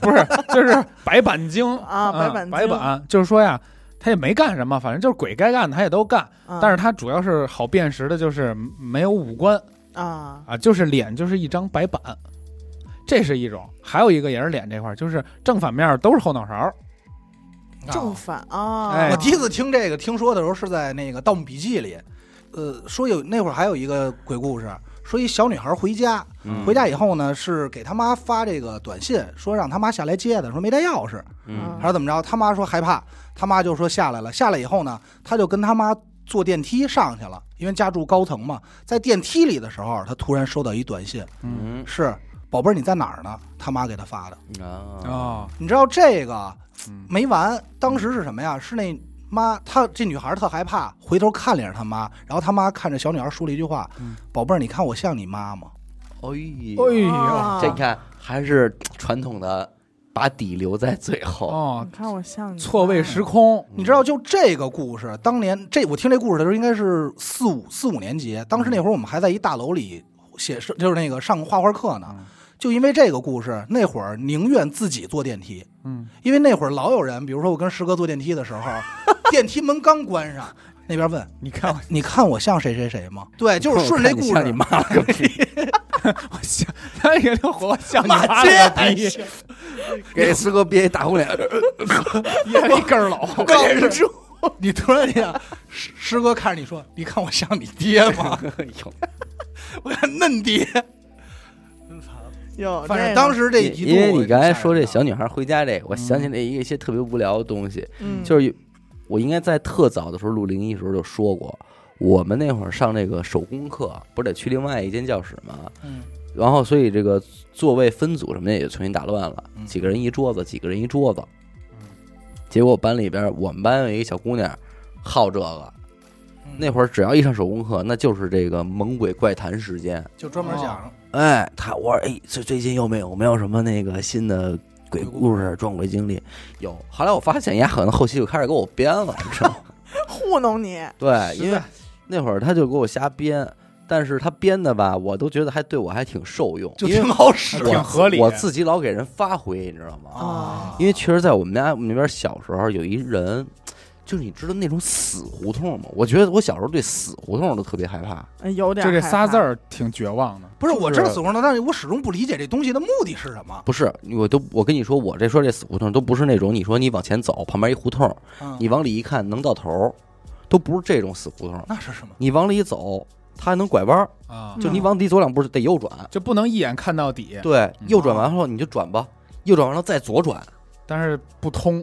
B: 不是？就是白板精
D: 嗯啊白板精
B: 白板，就是说呀，他也没干什么，反正就是鬼该干的他也都干，
D: 嗯
B: 但是他主要是好辨识的，就是没有五官
D: 嗯啊，
B: 啊，就是脸就是一张白板，这是一种，还有一个也是脸这块儿，就是正反面都是后脑勺儿，
D: 正反啊，
B: 哎
E: 我第一次听这个，听说的时候是在那个《盗墓笔记》里，呃，说有那会儿还有一个鬼故事，说一小女孩回家，
A: 嗯
E: 回家以后呢是给她妈发这个短信，说让她妈下来接她，说没带钥匙，
A: 嗯
E: 还是怎么着？她妈说害怕，她妈就说下来了，下来以后呢，她就跟她妈坐电梯上去了，因为家住高层嘛，在电梯里的时候，她突然收到一短信，
B: 嗯
A: 嗯
E: 是宝贝儿你在哪儿呢？她妈给她发的。
A: 啊
B: 啊，
E: 你知道这个
B: 嗯
E: 没完，当时是什么呀？是那妈，她这女孩特害怕，回头看了一眼她妈，然后她妈看着小女孩说了一句话：“
B: 嗯
E: 宝贝儿，你看我像你妈吗
A: 哎呦，
B: 哎呦，
D: 啊
A: 这你看还是传统的把底留在最后，
B: 哦
D: 你，看我像你哎
B: 错位时
D: 空，
B: 空，？”
E: 你知道，就这个故事，当年这我听这故事的时候，应该是四五四五年级，当时
B: 嗯
E: 那会儿我们还在一大楼里写生，就是那个上画画课呢
B: 嗯。
E: 就因为这个故事，那会儿宁愿自己坐电梯，
B: 嗯，
E: 因为那会儿老有人，比如说我跟师哥坐电梯的 时候，电梯门刚关上，那边问
B: 你看我
E: 你看我像谁谁谁吗？对，就是顺着这
A: 这
E: 故
A: 像你
E: 事
A: 妈了个屁，
B: 我像，他也就哎活像你妈了
E: 骂街
B: 个逼，
A: 给师哥憋一大红脸，
B: 也一根 儿老，
E: 忍不住。你突然一下，师师哥看着你说：“你看我像你爹 吗？
A: 哎呦
E: 我像嫩爹。
D: 哟”，
E: 反
D: 这个
E: 正当时这一度
A: 因为你刚才说这
E: 我
A: 小女孩回家这个，我想起来一个一些特别无聊的东西，
D: 嗯
A: 就是有我应该在特早的时候录灵异的时候就说过，我们那会儿上这个手工课，不是得去另外一间教室吗？
E: 嗯，
A: 然后所以这个座位分组什么的也重新打乱了
E: 嗯，
A: 几个人一桌子，几个人一桌子
B: 嗯。
A: 结果班里边，我们班有一个小姑娘，好这个。
E: 嗯
A: 那会儿只要一上手工课，那就是这个猛鬼怪谈时间。
E: 就专门讲
A: 哎，他我说哎，最最近又没有没有什么那个新的鬼故事、撞鬼经历？有。后来我发现，丫可能后期就开始给我编了，你知道吗？
D: 糊弄你，
A: 对，
B: 实
A: 因为
B: 在
A: 那会儿他就给我瞎编，但是他编的吧，我都觉得还对我还挺受用，
E: 就
A: 因为
E: 挺好使，
A: 我
B: 挺合理
A: 我自己老给人发挥，你知道吗？
D: 啊
A: 因为确实，在我们家我们那边小时候有一人，就是你知道那种死胡同吗？我觉得我小时候对死胡同都特别害怕。
D: 哎有点
B: 就这
D: 害
B: 仨
D: 怕
B: 字儿挺绝望的。
E: 不是，我知道
B: 就是
E: 死胡同，但是我始终不理解这东西的目的是什么。
A: 不是，我都我跟你说，我这说这死胡同都不是那种你说你往前走旁边一胡同，
E: 嗯
A: 你往里一看能到头儿，都不是这种死胡同。
E: 那是什么？
A: 你往里走，它还能拐弯儿，
B: 啊，
A: 就你往里走两步得右转，
B: 就不能一眼看到底，
A: 对，
B: 嗯
A: 右转完后你就转吧，右转完了再左转，
B: 但是不通。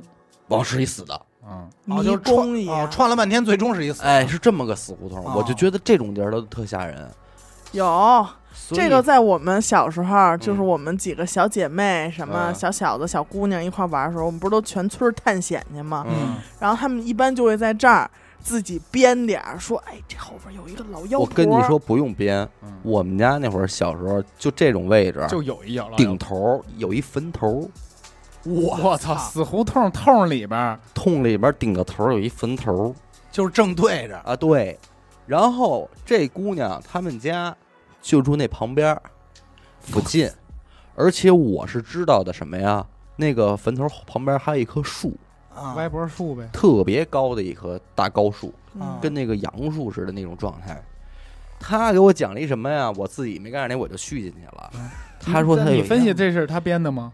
A: 往是一死的，
B: 嗯，
E: 哦，
D: 迷
E: 就是
D: 宫
E: 串
D: 一
E: 哦
D: 样，
E: 串了半天，最终是一死。
A: 哎，是这么个死胡同，
E: 哦
A: 我就觉得这种地儿都特吓人。
D: 有
A: 所以
D: 这个，在我们小时候，就是
A: 嗯
D: 我们几个小姐妹、什么
A: 嗯
D: 小小子、小姑娘一块玩的时候，我们不是都全村探险去吗？
A: 嗯，
D: 然后他们一般就会在这儿自己编点儿，说：“哎，这后边有一个老妖婆。”
A: 我跟你说，不用编，
B: 嗯
A: 我们家那会儿小时候就这种位置，
B: 就有一有了
A: 顶头有一坟头，
B: 我操，死胡同痛里边儿，
A: 痛里边顶个头有一坟头
E: 就是正对着，
A: 啊，对。然后这姑娘他们家就住那旁边儿附近，而且我是知道的什么呀？那个坟头旁边还有一棵树，
E: 啊
B: 歪脖树呗。
A: 特别高的一棵大高树，
E: 啊
D: 嗯
A: 跟那个杨树似的那种状态。他给我讲了一什么呀？我自己没干那我就续进去了。他说他有
B: 你
A: 一
B: 分析这是他编的吗？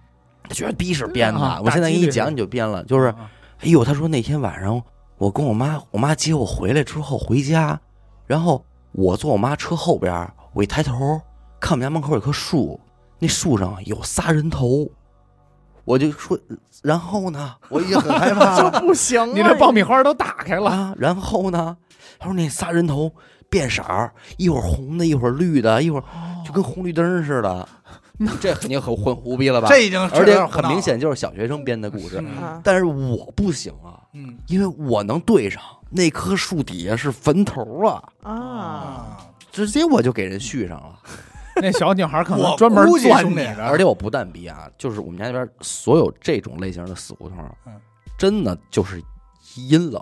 A: 觉得逼是编的，
B: 啊
A: 我现在给
B: 打
A: 你
B: 击这
A: 讲
B: 是
A: 你就编了。就是，
B: 啊
A: 哎呦，他说那天晚上我跟我妈，我妈接我回来之后回家，然后我坐我妈车后边儿，我一抬头看我们家门口有棵树，那树上有仨人头，我就说，呃然后呢，我已经很害怕了
D: 就。不行了，
B: 你这爆米花都打开 了，
A: 啊，然后呢，他说那仨人头变色儿，一会儿红的，一会儿绿的，一会儿
E: 哦
A: 就跟红绿灯似的。这肯定很混胡逼了吧？
E: 这已经
A: 而
E: 确实有
A: 且
E: 点
A: 很
E: 胡闹
A: 明
E: 了。
A: 显就是小学生编的故事，
E: 嗯
D: 啊
A: 但是我不行啊，
E: 嗯
A: 因为我能对上那棵树底下是坟头啊，
D: 啊！
E: 啊，
A: 直接我就给人续上了。
B: 那小女孩可能
E: 我
B: 专门
E: 估计
B: 钻
E: 兄
B: 你
E: 弟
A: 而
B: 的。
A: 且我不但逼啊，就是我们家那边所有这种类型的死胡同啊
E: 嗯，
A: 真的就是阴冷，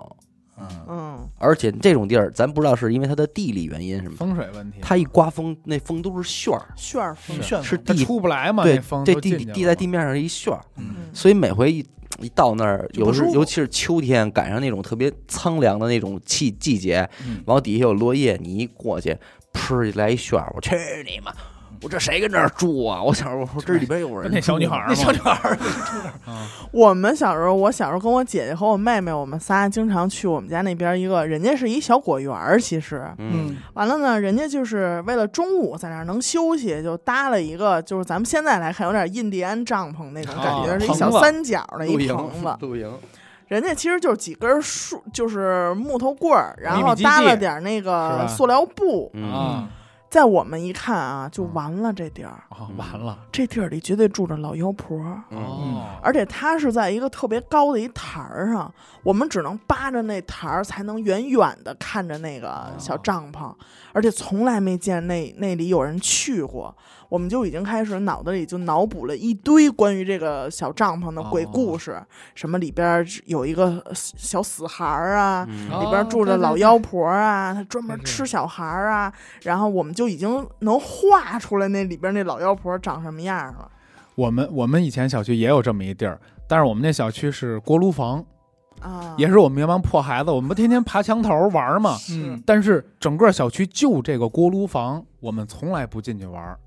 E: 嗯，
D: 嗯，
A: 而且这种地儿咱不知道是因为它的地理原因什么的。
B: 风水问题，
A: 它一刮风，那风都是旋儿，
D: 旋儿风
B: 是
E: 旋
A: 是
B: 嗯
E: 风
B: 它
A: 地
B: 出不来嘛？
A: 对
B: 那风，
A: 这
B: 都
A: 地
B: 进去了
A: 地在地面上是一旋儿，
E: 嗯，
A: 所以每回一一到那儿，
E: 就不
A: 尤是
E: 舒服
A: 尤其是秋天，赶上那种特别苍凉的那种季季节，
E: 嗯
A: 往底下有落叶，你一过去，噗来一旋儿，我去你妈！我这谁跟这儿住啊？我想，我说这里边有人住。
B: 嗯那小女孩儿嘛
E: 那小女孩儿
D: 我们小时候，我小时候跟我姐姐和我妹妹，我们仨经常去我们家那边一个，人家是一小果园儿，其实
A: 嗯，
D: 完了呢，人家就是为了中午在那儿能休息，就搭了一个，就是咱们现在来看有点印第安帐篷那种感觉，
B: 啊
D: 是一小
B: 棚子
D: 三角的
A: 露
D: 一
A: 营
D: 棚 子，。
A: 露营，
D: 人家其实就是几根树，就是木头棍儿，然
B: 秘密
D: 后
B: 基地
D: 搭了点那
B: 是
D: 个
B: 吧
D: 塑料布。
A: 嗯，
B: 啊
D: 在我们一看啊，就
B: 嗯
D: 完了这地儿，
B: 啊，完了
D: 这地儿里绝对住着老妖婆。
A: 嗯，
B: 哦，
D: 而且它是在一个特别高的一台儿上，我们只能扒着那台儿才能远远的看着那
B: 哦
D: 个小帐篷，而且从来没见那那里有人去过，我们就已经开始脑袋里就脑补了一堆关于这个小帐篷的
B: 哦
D: 鬼故事，什么里边儿有一个呃小死孩儿啊。
A: 嗯
B: 哦
D: 里边儿住着老
B: 对对对
D: 妖婆啊，她专门
B: 真是
D: 吃小孩儿啊，然后我们就已经能画出来那里边儿那老妖婆长什么样儿了。
B: 我们我们以前小区也有这么一地儿，但是我们那小区是锅炉房，
D: 啊，
B: 也是我们那帮破孩子，我们不天天爬墙头玩吗？
E: 嗯
B: 但是整个小区就这个锅炉房，我们从来不进去玩儿，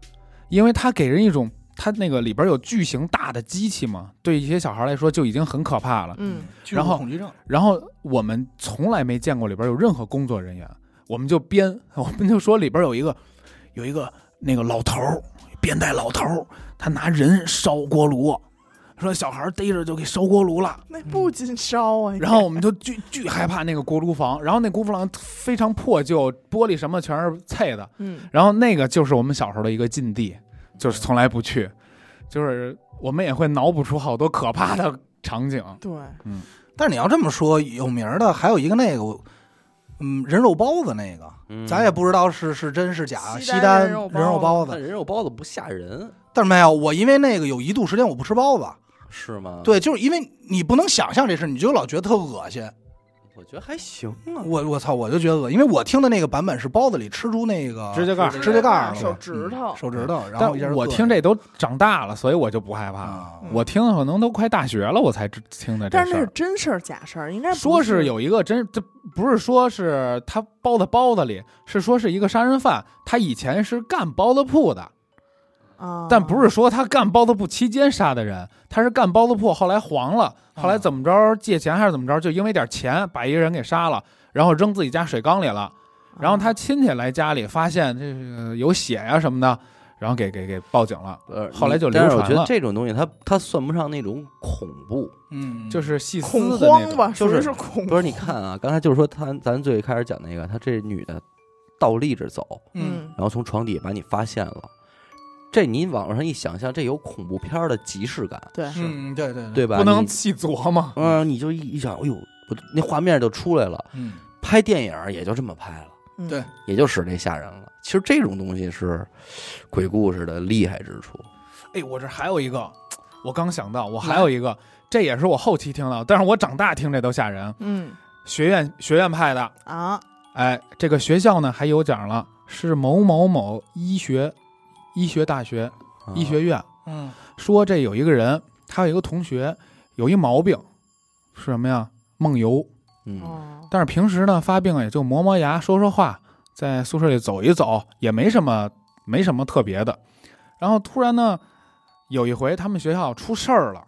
B: 因为它给人一种它那个里边有巨型大的机器嘛，对一些小孩来说就已经很可怕了。
D: 嗯，
E: 巨
B: 然后
E: 物恐惧症，
B: 然后我们从来没见过里边有任何工作人员，我们就编， 我们就说里边有一个有一个那个老头儿，变态老头儿，他拿人烧锅炉，说小孩逮着就给烧锅炉了。
D: 那不禁烧啊！
B: 嗯然后我们就巨巨害怕那个锅炉房，然后那锅炉房非常破旧，玻璃什么全是碎的，
D: 嗯，
B: 然后那个就是我们小时候的一个禁地，就是从来不去，就是我们也会脑补出好多可怕的场景。
D: 对，
E: 但是你要这么说，有名儿的还有一个那个，我嗯，人肉包子那个，
A: 嗯
E: 咱也不知道是是真是假。
D: 西
E: 西
D: 单
E: 单
D: 人
E: 人
D: 肉包子
E: 肉包
A: 但
E: 子，
A: 人肉包子不吓人，
E: 但是没有我，因为那个有一度时间我不吃包子，
A: 嗯是吗？，
E: 对，就是因为你不能想象这事，你就老觉得特恶心。
A: 我觉得还行啊。
E: 我我操，我就觉得恶心，因为我听的那个版本是包子里吃出那个
B: 指甲盖儿
E: 指甲盖儿了
D: 手指头，
E: 手指
A: 嗯
E: 头，然
B: 但
E: 后一下
B: 我
E: 硌
B: 听这都长大了，所以我就不害怕了。
E: 啊，
B: 我听可能都快大学了，我才知听的这
D: 但是
B: 事
D: 那是
B: 儿。
D: 真事儿假事儿，应该不
B: 说
D: 是
B: 是有一个真，这不是说是他包的包子里，是说是一个杀人犯，他以前是干包子铺的，
D: 啊，
B: 但不是说他干包子铺期间杀的人，他是干包子铺，后来黄了，
D: 哦
B: 后来怎么着借钱还是怎么着，就因为点钱把一个人给杀了，然后扔自己家水缸里了，
D: 啊，
B: 然后他亲戚来家里发现这个有血呀、什么的，然后给给给报警了，
A: 呃，
B: 后来就流
A: 但是我
B: 传
A: 觉得
B: 了
A: 这种东西它，它算不上那种恐怖。
E: 嗯，
B: 就是细思
D: 恐
B: 的那
D: 慌
B: 种。
D: 吧，
A: 就
D: 属于
A: 是
D: 是恐
A: 不是，你看啊，刚才就是说他，咱最开始讲那个，他这女的倒立着走，
E: 嗯，
A: 然后从床底下把你发现了，这你往上一想象，这有恐怖片儿的即视感，
D: 对，
E: 嗯，对对，
A: 对吧？
B: 不能
A: 你
B: 细琢磨。
A: 嗯、你就一一想，哎呦，我那画面就出来了。
E: 嗯，
A: 拍电影儿也就这么拍了，
D: 嗯
E: 对
A: 也就使这吓人了。其实这种东西是鬼故事的厉害之处。
B: 哎，我这还有一个，我刚想到，我还有一个，这也是我后期听到，但是我长大听这都吓人。
D: 嗯
B: 学院学院派的，
D: 啊，
B: 哎，这个学校呢还有奖了，是某某某医学医学大学
A: 啊
B: 医学院，
E: 嗯
B: 说这有一个人，他有一个同学有一毛病，是什么呀？梦游。
A: 嗯，
D: 哦，
B: 但是平时呢发病啊也就磨磨牙、说说话，在宿舍里走一走，也没什么没什么特别的。然后突然呢，有一回他们学校出事儿了，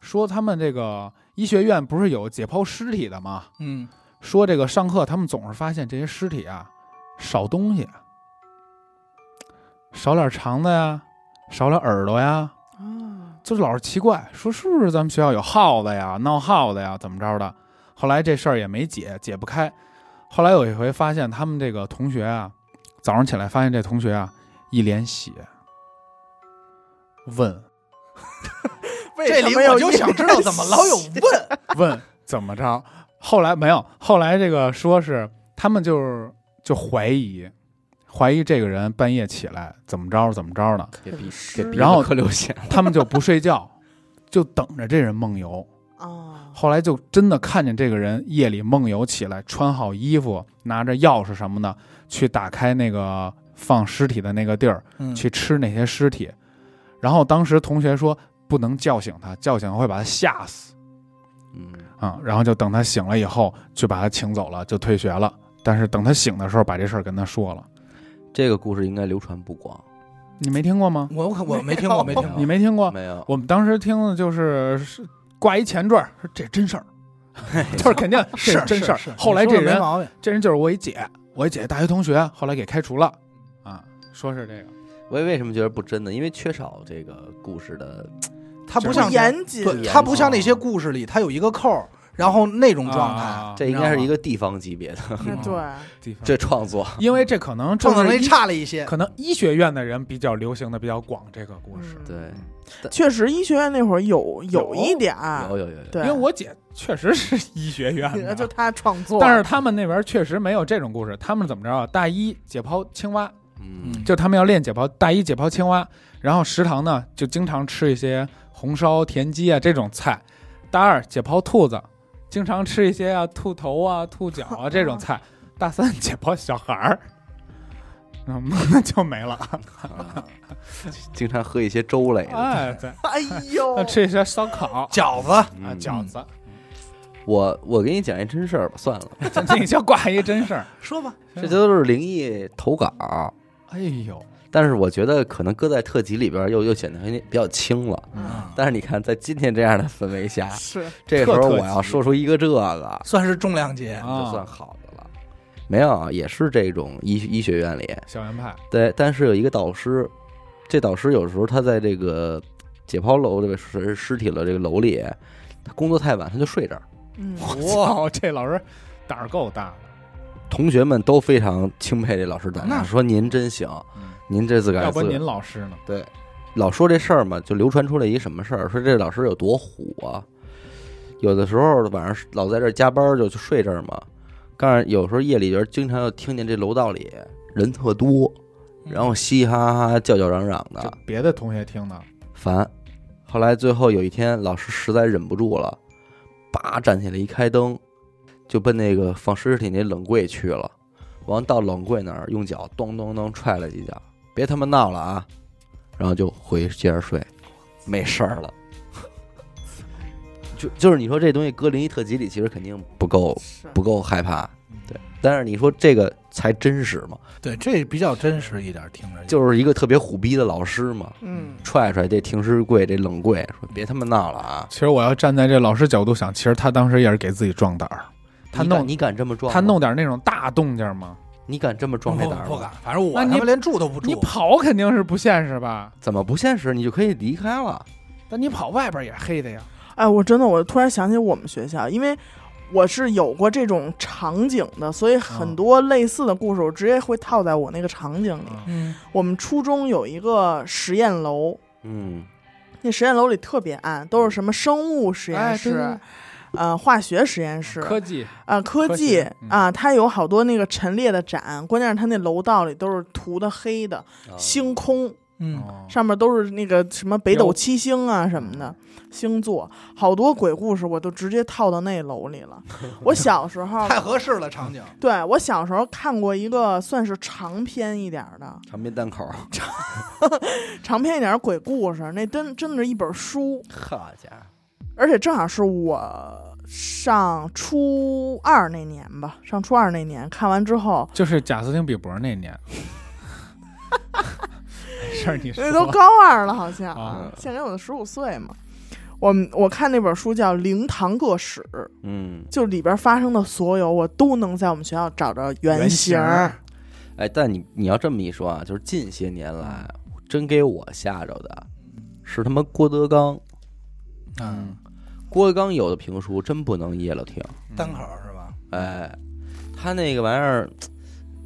B: 说他们这个医学院不是有解剖尸体的吗？
E: 嗯，
B: 说这个上课他们总是发现这些尸体啊少东西，少点肠子呀，少点耳朵呀，
D: 啊，
B: 就是老是奇怪，说是不是咱们学校有耗子呀、闹耗子呀，怎么着的？后来这事儿也没解，解不开。后来有一回发现他们这个同学啊，早上起来发现这同学啊一脸血，问
D: 为
E: 这
D: 什
E: 里
D: 么有
E: 我就
D: 一
E: 想知道怎么老有问，
B: 问怎么着？后来没有，后来这个说是他们就是就怀疑，怀疑这个人半夜起来怎么着怎么着的，
A: 给逼
D: 是
A: 给逼
B: 然后
A: 得可流血 了。
B: 他们就不睡觉，就等着这人梦游。
D: 啊，
B: 后来就真的看见这个人夜里梦游起来，穿好衣服，拿着钥匙什么的，去打开那个放尸体的那个地儿，
E: 嗯
B: 去吃那些尸体。然后当时同学说不能叫醒他，叫醒会把他吓死
A: 嗯，
B: 啊、然后就等他醒了以后，就把他请走了，就退学了。但是等他醒的时候，把这事儿跟他说了。
A: 这个故事应该流传不广。
B: 你没听过吗？
E: 我可我没听过，没听过
B: 你，没听过？
A: 没 有，
B: 哦我们当时听的就是是挂一前缀儿，说这真事儿，就是肯定这
E: 是
B: 真事儿
E: 是是。
B: 后来
E: 你
B: 这
E: 说的
B: 人
E: 没毛病，
B: 这人就是我一姐，我一姐大学同学，后来给开除了，啊，说是这个，
A: 我为什么觉得不真呢？因为缺少这个故事的，
E: 他不
B: 不
E: 像
D: 严谨，
E: 对，他不像那些故事里，他有一个扣儿，然后那种状态，
B: 啊
A: 这应该是一个地方级别的
D: 那哎对，
B: 地方，
A: 这创 作。
B: 因为这可能
E: 撞
B: 正
E: 的
B: 是
E: 那
B: 医，
E: 差了一些，
B: 可能医学院的人比较流行的比较广这个故事，
D: 嗯
A: 对，
D: 确实医学院那会儿有
B: 有
D: 一点儿
A: 有，有有有，
D: 对，
B: 因为我姐确实是 医学 院
D: 就
B: 的。
D: 他创作，
B: 但是他们那边确实没有这种故事，他们怎么着啊？大一解剖青蛙，
A: 嗯，
B: 就他们要练解剖，大一解剖青蛙，然后食堂呢就经常吃一些红烧田鸡啊这种菜，大二解剖兔子，经常吃一些啊兔头啊、兔脚啊这 种菜，大三解剖小孩儿， 嗯，那就没了。
A: 啊经常喝一些粥类的。
B: 嗯哎，对，
D: 哎呦
B: 那，吃一些烧烤
E: 饺子，
A: 嗯
B: 啊饺子，
A: 我我给你讲一真事儿吧，算了，
B: 这这就挂一真事儿。
E: 说吧，
A: 这都是灵异投稿，
B: 哎呦，
A: 但是我觉得可能搁在特辑里边儿又又显得有点比较轻了。
E: 嗯
A: 但是你看，在今天这样的氛围下，
D: 是
A: 这时候
B: 特特
A: 我
B: 辑
A: 要说出一个这个，
E: 算是重量级，
A: 就算
B: 啊，
A: 好的了。哦没有，啊也是这种医医学院里，
B: 校园派
A: 对，但是有一个导师，这导师有时候他在这个解剖楼这个尸尸体楼这个楼里，他工作太晚，他就睡这儿。
D: 嗯，
B: 哇，这老师胆儿够大的，
A: 同学们都非常钦佩这老师胆
E: 那
A: 量，说您真行，您这自个儿
B: 要不
A: 自个
B: 您
A: 儿
B: 老师呢？
A: 对，老说这事儿嘛，就流传出来一什么事儿，说这老师有多虎啊。有的时候晚上老在这儿加班儿就就睡这儿嘛，但是有时候夜里边经常又听见这楼道里人特多，
E: 嗯
A: 然后嘻嘻哈哈、叫叫嚷嚷
B: 这
A: 的，
B: 别的同学听的，
A: 烦。后来最后有一天，老师实在忍不住了，叭站起来一开灯，就奔那个放尸体那冷柜去了。完到冷柜那儿，用脚咚咚咚踹了几脚，别他妈闹了啊！然后就回接着睡，没事儿了。 就就是你说这东西搁灵异特辑里，其实肯定不够
D: 是
A: 不够害怕，对。但是你说这个才真实嘛，
E: 对，这比较真实一点，听着
A: 就是一个特别虎逼的老师嘛，
D: 嗯，
A: 踹踹这停尸柜这冷柜，说别他妈闹了啊！
B: 其实我要站在这老师角度想，其实他当时也是给自己壮胆儿，他
A: 你敢
B: 弄
A: 你敢这么撞吗？
B: 他弄点那种大动静嘛，
A: 你敢这么撞这
E: 不
A: 胆儿
E: 不
A: 吗？
E: 敢，反正我
B: 那
E: 他
B: 你
E: 妈连住都不住
B: 你。跑肯定是不现实吧？
A: 怎么不现实？你就可以离开了。
B: 但你跑外边也黑的呀。
D: 哎，我真的，我突然想起我们学校，因为我是有过这种场景的，所以
B: 嗯
D: 很多类似的故事，我直接会套在我那个场景里。
E: 嗯，
D: 我们初中有一个实验楼，
A: 嗯，
D: 那实验楼里特别暗，都是什么生物实
B: 嗯
D: 验
B: 哎对
D: 室，
B: 对
D: 呃，化学实验室，
B: 科技
D: 啊，科
B: 科
D: 技
B: 学嗯
D: 啊，它有好多那个陈列的展，关键是它那楼道里都是涂的黑的，
A: 啊
B: 哦
D: 星空
E: 嗯，嗯
D: 上面都是那个什么北斗
B: 有
D: 七星啊什么的星座，好多鬼故事我都直接套到那楼里 了。我小时候，
E: 太合适了，场景。
D: 对我小时候看过一个算是长篇一点儿的，
A: 长边单口，
D: 长篇一点儿的鬼故事，那真真的是一本书，
A: 好家伙，
D: 而且正好是我上初二那年吧，上初二那年看完之 后。
B: 就是贾斯汀比伯那年。没 事儿，你说
D: 那都高二了，好像
B: 啊
D: 献给我的十五岁嘛。我们我看那本书叫《灵堂各史》，
A: 嗯，
D: 就里边发生的所有，我都能在我们学校找着原型儿。
A: 哎，但你你要这么一说啊，就是近些年来真给我吓着的，是他妈郭德纲。
E: 嗯，
A: 郭德纲有的评书真不能噎了听，
B: 嗯
E: 单口是吧？
A: 哎，他那个玩意儿，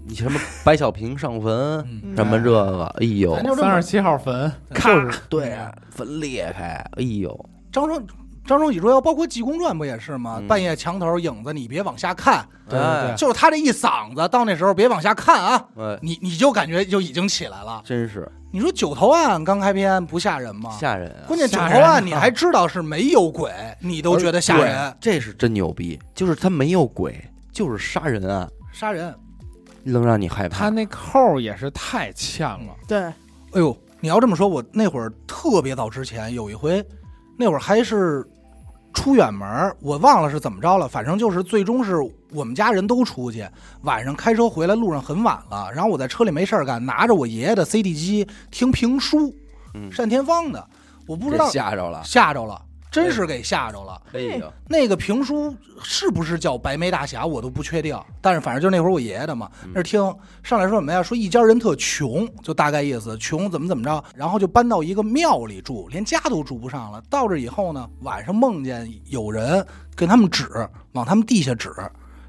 A: 你什么白小平上 坟
E: 嗯，
D: 嗯
A: 什么这个，哎呦，
E: 咱就这
B: 嗯三
E: 么
B: 十七号坟，
A: 就是对啊，坟裂开，哎呦，
E: 张双张双喜捉妖，包括《济公传》不也是吗？
A: 嗯
E: 半夜墙头影子，你别往下看，
B: 对
A: 哎
B: 对
E: 就是他这一嗓子，到那时候别往下看啊，
A: 哎，
E: 你你就感觉就已经起来了。
A: 真是
E: 你说九头案刚开篇不吓人吗？
A: 吓人啊！呃
E: 关键九
B: 吓
E: 头案
B: 人
E: 你还知道是没有鬼，你都觉得吓人，
A: 对，这是真牛逼，就是他没有鬼，就是杀人啊，
E: 杀人。
A: 能让你害
B: 他
A: 怕。
B: 那扣儿也是太欠了。
D: 对，
E: 哎呦，你要这么说，我那会儿特别早之前有一回，那会儿还是出远门儿，我忘了是怎么着了，反正就是最终是我们家人都出去，晚上开车回来，路上很晚了，然后我在车里没事儿干，拿着我爷爷的 CD 机听评书，
A: 嗯
E: 单田芳的，我不知
A: 这
E: 道
A: 吓着了，
E: 吓着了，真是给吓着了。
A: 哎呦，
E: 那个评书是不是叫《白眉大侠》，我都不确定。但是反正就是那会儿我爷爷的嘛，那是听上来说什么呀？说一家人特穷，就大概意思，穷怎么怎么着，然后就搬到一个庙里住，连家都住不上了。到这以后呢，晚上梦见有人跟他们指，往他们地下指，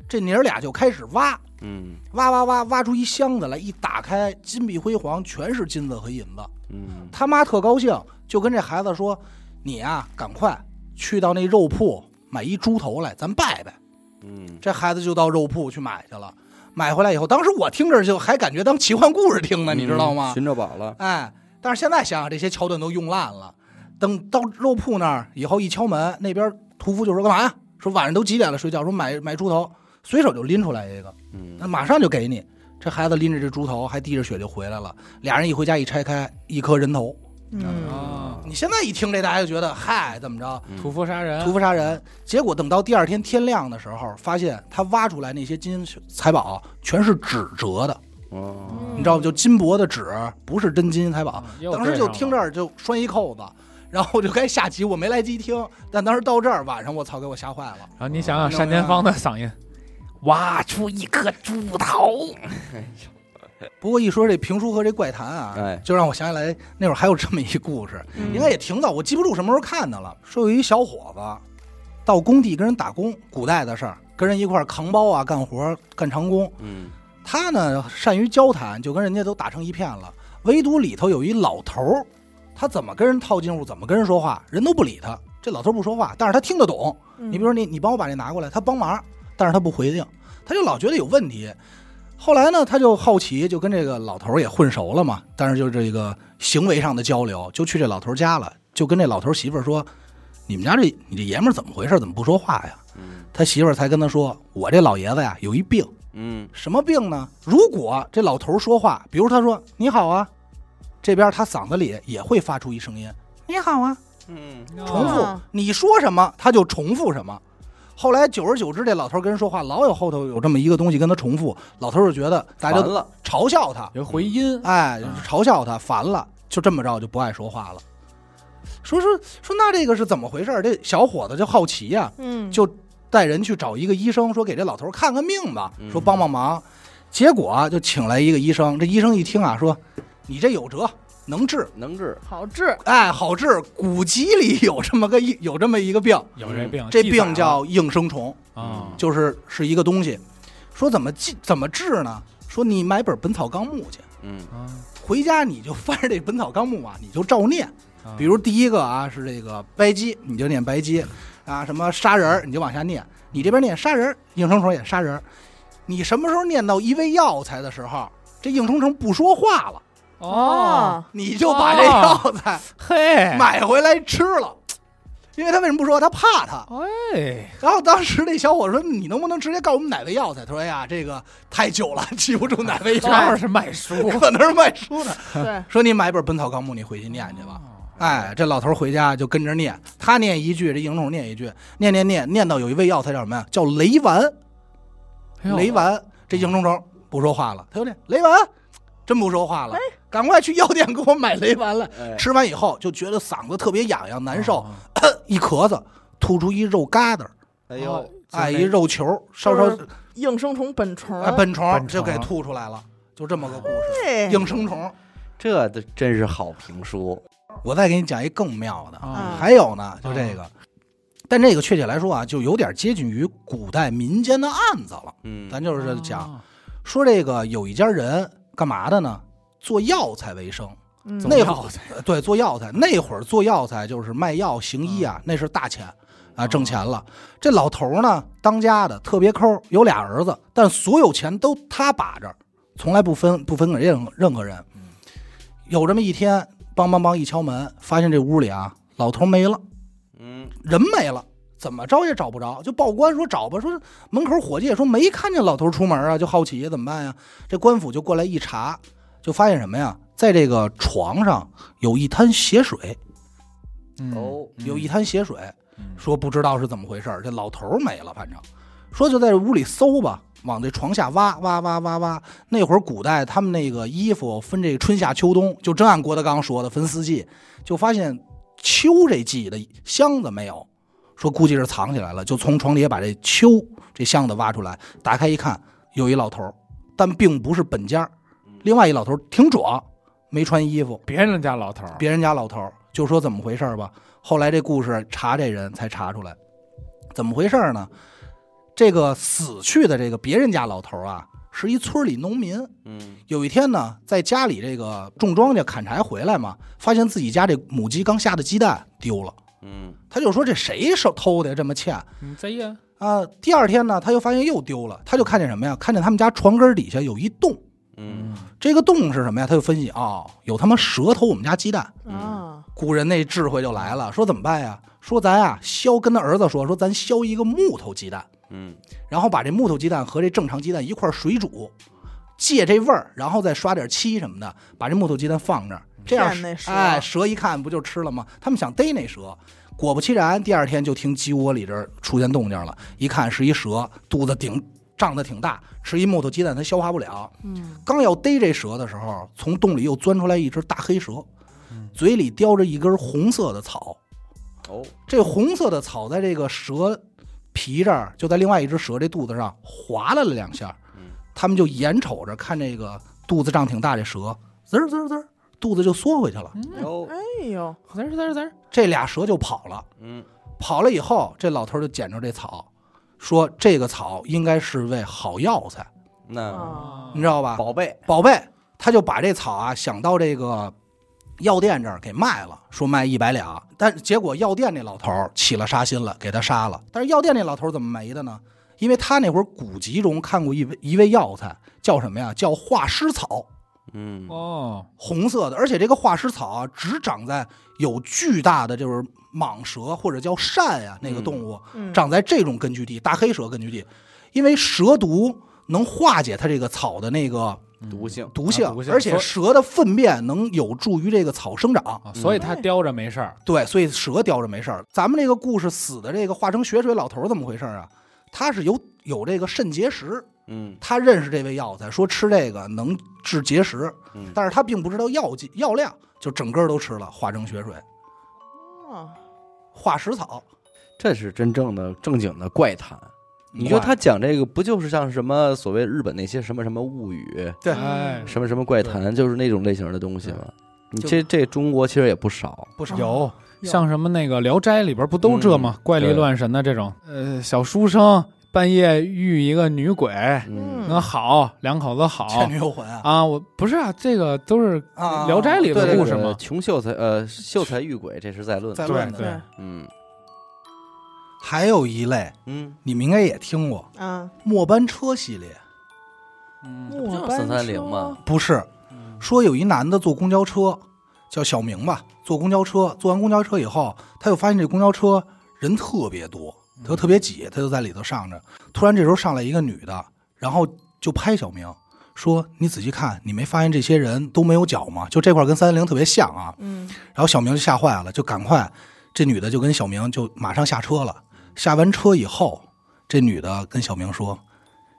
E: 这娘儿俩就开始挖，
A: 嗯
E: 挖挖挖挖出一箱子来，一打开金碧辉煌，全是金子和银子。
A: 嗯，
E: 他妈特高兴，就跟这孩子说：“你呀、赶快去到那肉铺买一猪头来，咱拜拜。”
A: 嗯，
E: 这孩子就到肉铺去买去了。买回来以后，当时我听着就还感觉当奇幻故事听呢，你知道吗？
A: 嗯寻着宝了，
E: 哎，但是现在想想，这些桥段都用烂了。等到肉铺那儿以后，一敲门，那边屠夫就说：“干嘛呀？”说晚上都几点了，睡觉。说买买猪头，随手就拎出来一个，
A: 嗯
E: 那马上就给你。这孩子拎着这猪头，还滴着血就回来了。俩人一回家一拆开，一颗人头。
D: 嗯，
B: 啊，
E: 你现在一听这，大家就觉得嗨，怎么着？
A: 嗯
B: 屠夫杀人，
E: 屠夫杀人，结果等到第二天天亮的时候，发现他挖出来那些金财宝全是纸折的，
B: 嗯
A: 哦，
E: 你知道吗？就金箔的纸，不是真金银财宝。
B: 啊
E: 当时就听这，儿就拴一扣子，然后我就该下棋，我没来及听，但当时到这儿晚上，我操，给我吓坏了。
B: 然后啊你想想单田芳的嗓音，挖出一颗猪头，
E: 不过一说这评书和这怪谈啊，
A: 哎
E: 就让我想起来那会儿还有这么一故事，
D: 嗯
E: 应该也挺早，我记不住什么时候看的了。说有一小伙子到工地跟人打工，古代的事儿，跟人一块儿扛包啊，干活儿干长工。
A: 嗯
E: 他呢善于交谈，就跟人家都打成一片了，唯独里头有一老头儿，他怎么跟人套近乎，怎么跟人说话，人都不理他。这老头儿不说话，但是他听得懂。
D: 嗯
E: 你比如说你你帮我把这拿过来，他帮忙，但是他不回应，他就老觉得有问题。后来呢，他就好奇，就跟这个老头儿也混熟了嘛，但是就这个行为上的交流，就去这老头儿家了，就跟这老头儿媳妇儿说：“你们家这你这爷们儿怎么回事？怎么不说话呀？”
A: 嗯
E: 他媳妇儿才跟他说：“我这老爷子呀有一病，
A: 嗯
E: 什么病呢？如果这老头儿说话，比如他说‘你好啊’，这边他嗓子里也会发出一声音‘你好啊
A: 嗯，’，
E: 重复、
D: 哦
E: 你说什么他就重复什么。后来久而久之，这老头儿跟人说话老有后头有这么一个东西跟他重复，老头儿就觉得大
A: 完
E: 家都
A: 了，嗯
E: 嘲笑他，
B: 有回音，
E: 哎
B: 啊，
E: 嘲笑他烦了，就这么着就不爱说话了。说说说，那这个是怎么回事儿？这小伙子就好奇呀、
D: 嗯，
E: 就带人去找一个医生，说给这老头儿看看病吧
A: 嗯，
E: 说帮帮忙。结果啊就请来一个医生，这医生一听啊，说你这有辙，能治，
A: 能治，
D: 好治，
E: 哎，好治。古籍里有这么个一有这么一个病，
B: 有这病，
E: 这
B: 啊记载
E: 病
B: 了
E: 叫应声虫，
B: 啊，
E: 就是是一个东西。说怎么治怎么治呢？说你买本《本草纲目》去，
A: 嗯
B: 啊
E: 回家你就翻着这《本草纲目》啊，你就照念。
B: 啊
E: 比如第一个啊是这个白鸡，你就念白鸡啊，什么杀人儿你就往下念，你这边念杀人儿，应声虫也杀人儿。你什么时候念到一味药材的时候，这应声虫不说话了，
B: 哦，
E: 你就把这药材
B: 嘿，
E: 买回来吃了。因为他为什么不说？他怕他。
B: 哎，
E: 然后当时那小伙说：“你能不能直接告诉我们哪味药材？”他说：“哎呀，这个太久了，记不住哪味 药
B: 这
E: 材，
B: 要是卖书，
E: 可能是卖书的。
D: 对，
E: 说你买本《本草纲目》，你回去念去吧。”哎，这老头儿回家就跟着念，他念一句，这营虫念一句，念念念念到有一味药材叫什么呀？叫雷丸。
B: 哎呦
E: 雷丸，这营虫虫不说话了，他就念雷丸，真不说话了，赶快去药店给我买雷丸来。
A: 哎，
E: 吃完以后就觉得嗓子特别痒痒难受，
B: 啊
E: 一咳嗽，吐出一肉疙瘩儿，
A: 哎
B: 哦
A: 呦，
E: 哎，一肉球儿，稍稍
D: 就是应声虫本虫，哎
E: 哎本虫儿
B: 本
E: 就给
B: 虫儿
E: 吐出来了，就这么个故事。
D: 对，
E: 应声虫，
A: 这都真是好评书，
E: 我再给你讲一更妙的，
B: 啊
E: 还有呢，就这个，但这个确切来说啊，就有点接近于古代民间的案子了。
A: 嗯
E: 咱就是
B: 哦
E: 讲，说这个有一家人干嘛的呢？做药材为生，
D: 嗯
E: 那会儿呃对做药材，那会儿做药材就是卖药行医啊，那是大钱啊，挣钱了。这老头儿呢，当家的特别抠，有俩儿子，但所有钱都他把着，从来不分不分给任何任何人。有这么一天，梆梆梆一敲门，发现这屋里啊，老头儿没了。
A: 嗯
E: 人没了，怎么着也找不着，就报官说找吧，说门口伙计也说没看见老头出门啊，就好奇怎么办呀？这官府就过来一查，就发现什么呀，在这个床上有一滩血水，
B: 嗯
A: 哦
E: 有一滩血水，
B: 嗯
E: 说不知道是怎么回事儿，这老头儿没了，反正说就在这屋里搜吧，往这床下挖挖挖挖挖。那会儿古代他们那个衣服分这个春夏秋冬，就真按郭德纲说的分四季，就发现秋这季的箱子没有，说估计是藏起来了，就从床底下把这秋这箱子挖出来，打开一看，有一老头儿，但并不是本家儿，
B: 嗯
E: 另外一老头儿挺壮，没穿衣服，
B: 别人家老头儿，
E: 别人家老头儿就说怎么回事儿吧。后来这故事查这人才查出来，怎么回事儿呢？这个死去的这个别人家老头儿啊，是一村里农民。
A: 嗯
E: 有一天呢，在家里这个种庄稼砍柴回来嘛，发现自己家这母鸡刚下的鸡蛋丢了，
A: 嗯
E: 他就说这谁手偷的呀这么欠
B: 你贼呀，
E: 啊？第二天呢，他又发现又丢了，他就看见什么呀？看见他们家床根儿底下有一洞，
A: 嗯
E: 这个洞是什么呀？他就分析哦，有他妈蛇偷我们家鸡蛋。
D: 啊，
E: 古人那智慧就来了，说怎么办呀？说咱啊削，跟他儿子说，说咱削一个木头鸡蛋，
A: 嗯
E: 然后把这木头鸡蛋和这正常鸡蛋一块儿水煮，借这味儿，然后再刷点漆什么的，把这木头鸡蛋放这儿，这样
D: 骗那蛇
E: 哎蛇一看不就吃了吗？他们想逮那蛇，果不其然，第二天就听鸡窝里这儿出现动静了，一看是一蛇，肚子顶胀得挺大，吃一木头鸡蛋它消化不了，
D: 嗯，
E: 刚要逮这蛇的时候，从洞里又钻出来一只大黑蛇，嘴里叼着一根红色的草。
A: 哦
E: 这红色的草在这个蛇皮这儿，就在另外一只蛇这肚子上划拉了两下
A: 嗯。
E: 他们就眼瞅着看这个肚子胀挺大这蛇，滋儿滋儿滋儿，肚子就缩回去了。
A: 哦
D: 哎呦，
B: 滋儿滋儿滋儿，
E: 这俩蛇就跑了。
A: 嗯
E: 跑了以后，这老头儿就捡着这草，说这个草应该是味好药材，哦
A: 那
D: 啊，
E: 你知道吧？
A: 宝贝
E: 宝贝，他就把这草啊想到这个药店这儿给卖了，说卖一百两，但结果药店那老头儿起了杀心了，给他杀了。但是药店那老头儿怎么没的呢？因为他那会儿古籍中看过一味一味药材，叫什么呀？叫化尸草，
A: 嗯
B: 哦，
E: 红色的，而且这个化尸草啊，只长在有巨大的就是蟒蛇或者叫鳝呀、那个动物，
D: 嗯
E: 长在这种根据地，大黑蛇根据地，因为蛇毒能化解它这个草的那个
A: 毒性，
E: 毒性，
B: 啊毒性
E: 而且
B: 所以
E: 蛇的粪便能有助于这个草生长。
B: 啊，所以它叼着没事儿。
E: 对，所以蛇叼着没事儿。咱们这个故事死的这个化成血水老头儿怎么回事儿啊？他是有有这个肾结石，
A: 嗯
E: 他认识这味药材，说吃这个能治结石，
A: 嗯，
E: 但是他并不知道药剂药量，就整个儿都吃了，化成血水，
D: 啊
E: 化石草。
A: 这是真正的正经的怪谈。你觉得
E: 哇
A: 他讲这个不就是像什么所谓日本那些什么什么物语、
E: 对
B: 哎，
D: 嗯
A: 什么什么怪谈，就是那种类型的东西吗？你
E: 就
A: 这这中国其实也不少，
E: 不少
B: 有
D: 有
B: 像什么那个《聊斋》里边不都这吗？怪力
A: 对
B: 乱神的这种，呃，小书生半夜遇一个女鬼，
A: 嗯
D: 嗯
B: 那好，两口子好
E: 《 倩女幽魂》啊，
B: 啊，我不是啊，这个都是
E: 啊，
B: 聊斋里的
E: 对
B: 故事
A: 这个
B: 吗
A: 穷秀才呃，秀才遇鬼，这是在论。
E: 在
B: 对
E: 论的
B: 对
D: 对，
A: 嗯
E: 还有一类，
A: 嗯，
E: 你们应该也听过
D: 啊，
E: 末班车系列，
B: 嗯
D: 末
A: 就是
D: 班
A: 330
D: 车
A: 吗？
E: 不是说有一男的坐公交车，叫小明吧，坐公交车，坐完公交车以后，他就发现这公交车人特别多，他就特别挤，他就在里头上着。突然这时候上来一个女的，然后就拍小明说：“你仔细看，你没发现这些人都没有脚吗？就这块跟三零特别像啊。”
D: 嗯，
E: 然后小明就吓坏了，就赶快，这女的就跟小明就马上下车了。下完车以后，这女的跟小明说：“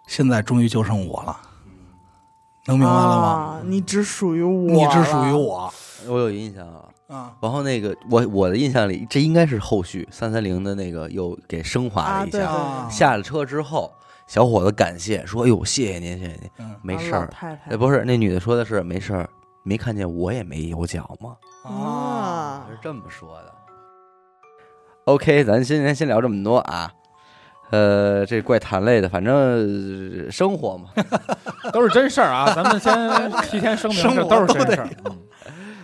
E: 现在终于就剩我了，能明白了吗？
D: 啊，你只属于我，
E: 你只属于。我
A: 我有印象啊。
E: 啊！
A: 然后那个我我的印象里，这应该是后续三三零的那个又给升华了一
D: 啊
A: 下。
E: 啊
A: 下了车之后，小伙子感谢说：“哎呦，谢谢您，谢谢您，
E: 嗯
A: 没事
D: 啊老
A: 儿。
D: 太太
A: 哎，不是，那女的说的是没事儿，没看见我也没有脚吗？
D: 嗯
E: 哦
D: 啊
A: 是这么说的。OK，咱今天先聊这么多啊。呃，这怪谈类的，反正呃生活嘛，
B: 都是真事儿啊，咱们先 提前声明，
E: 生
B: 这
E: 活
B: 都是
E: 都
B: 真
E: 得
B: 事儿。嗯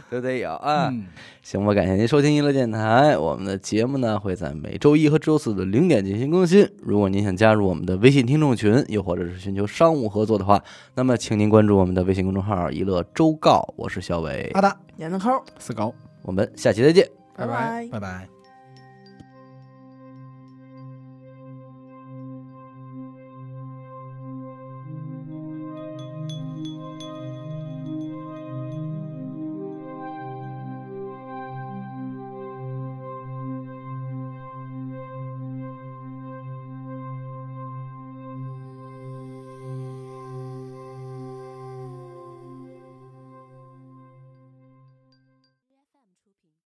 A: 都得有啊。
E: 嗯
A: 行吧，感谢您收听娱乐电台。我们的节目呢会在每周一和周四的零点进行更新。如果您想加入我们的微信听众群，又或者是寻求商务合作的话，那么请您关注我们的微信公众号“娱乐周告”。我是小伟
E: 阿，达，
D: 闫子抠，
B: 四狗，
A: 我们下期再见。
B: 拜拜
D: 拜。
E: 拜拜。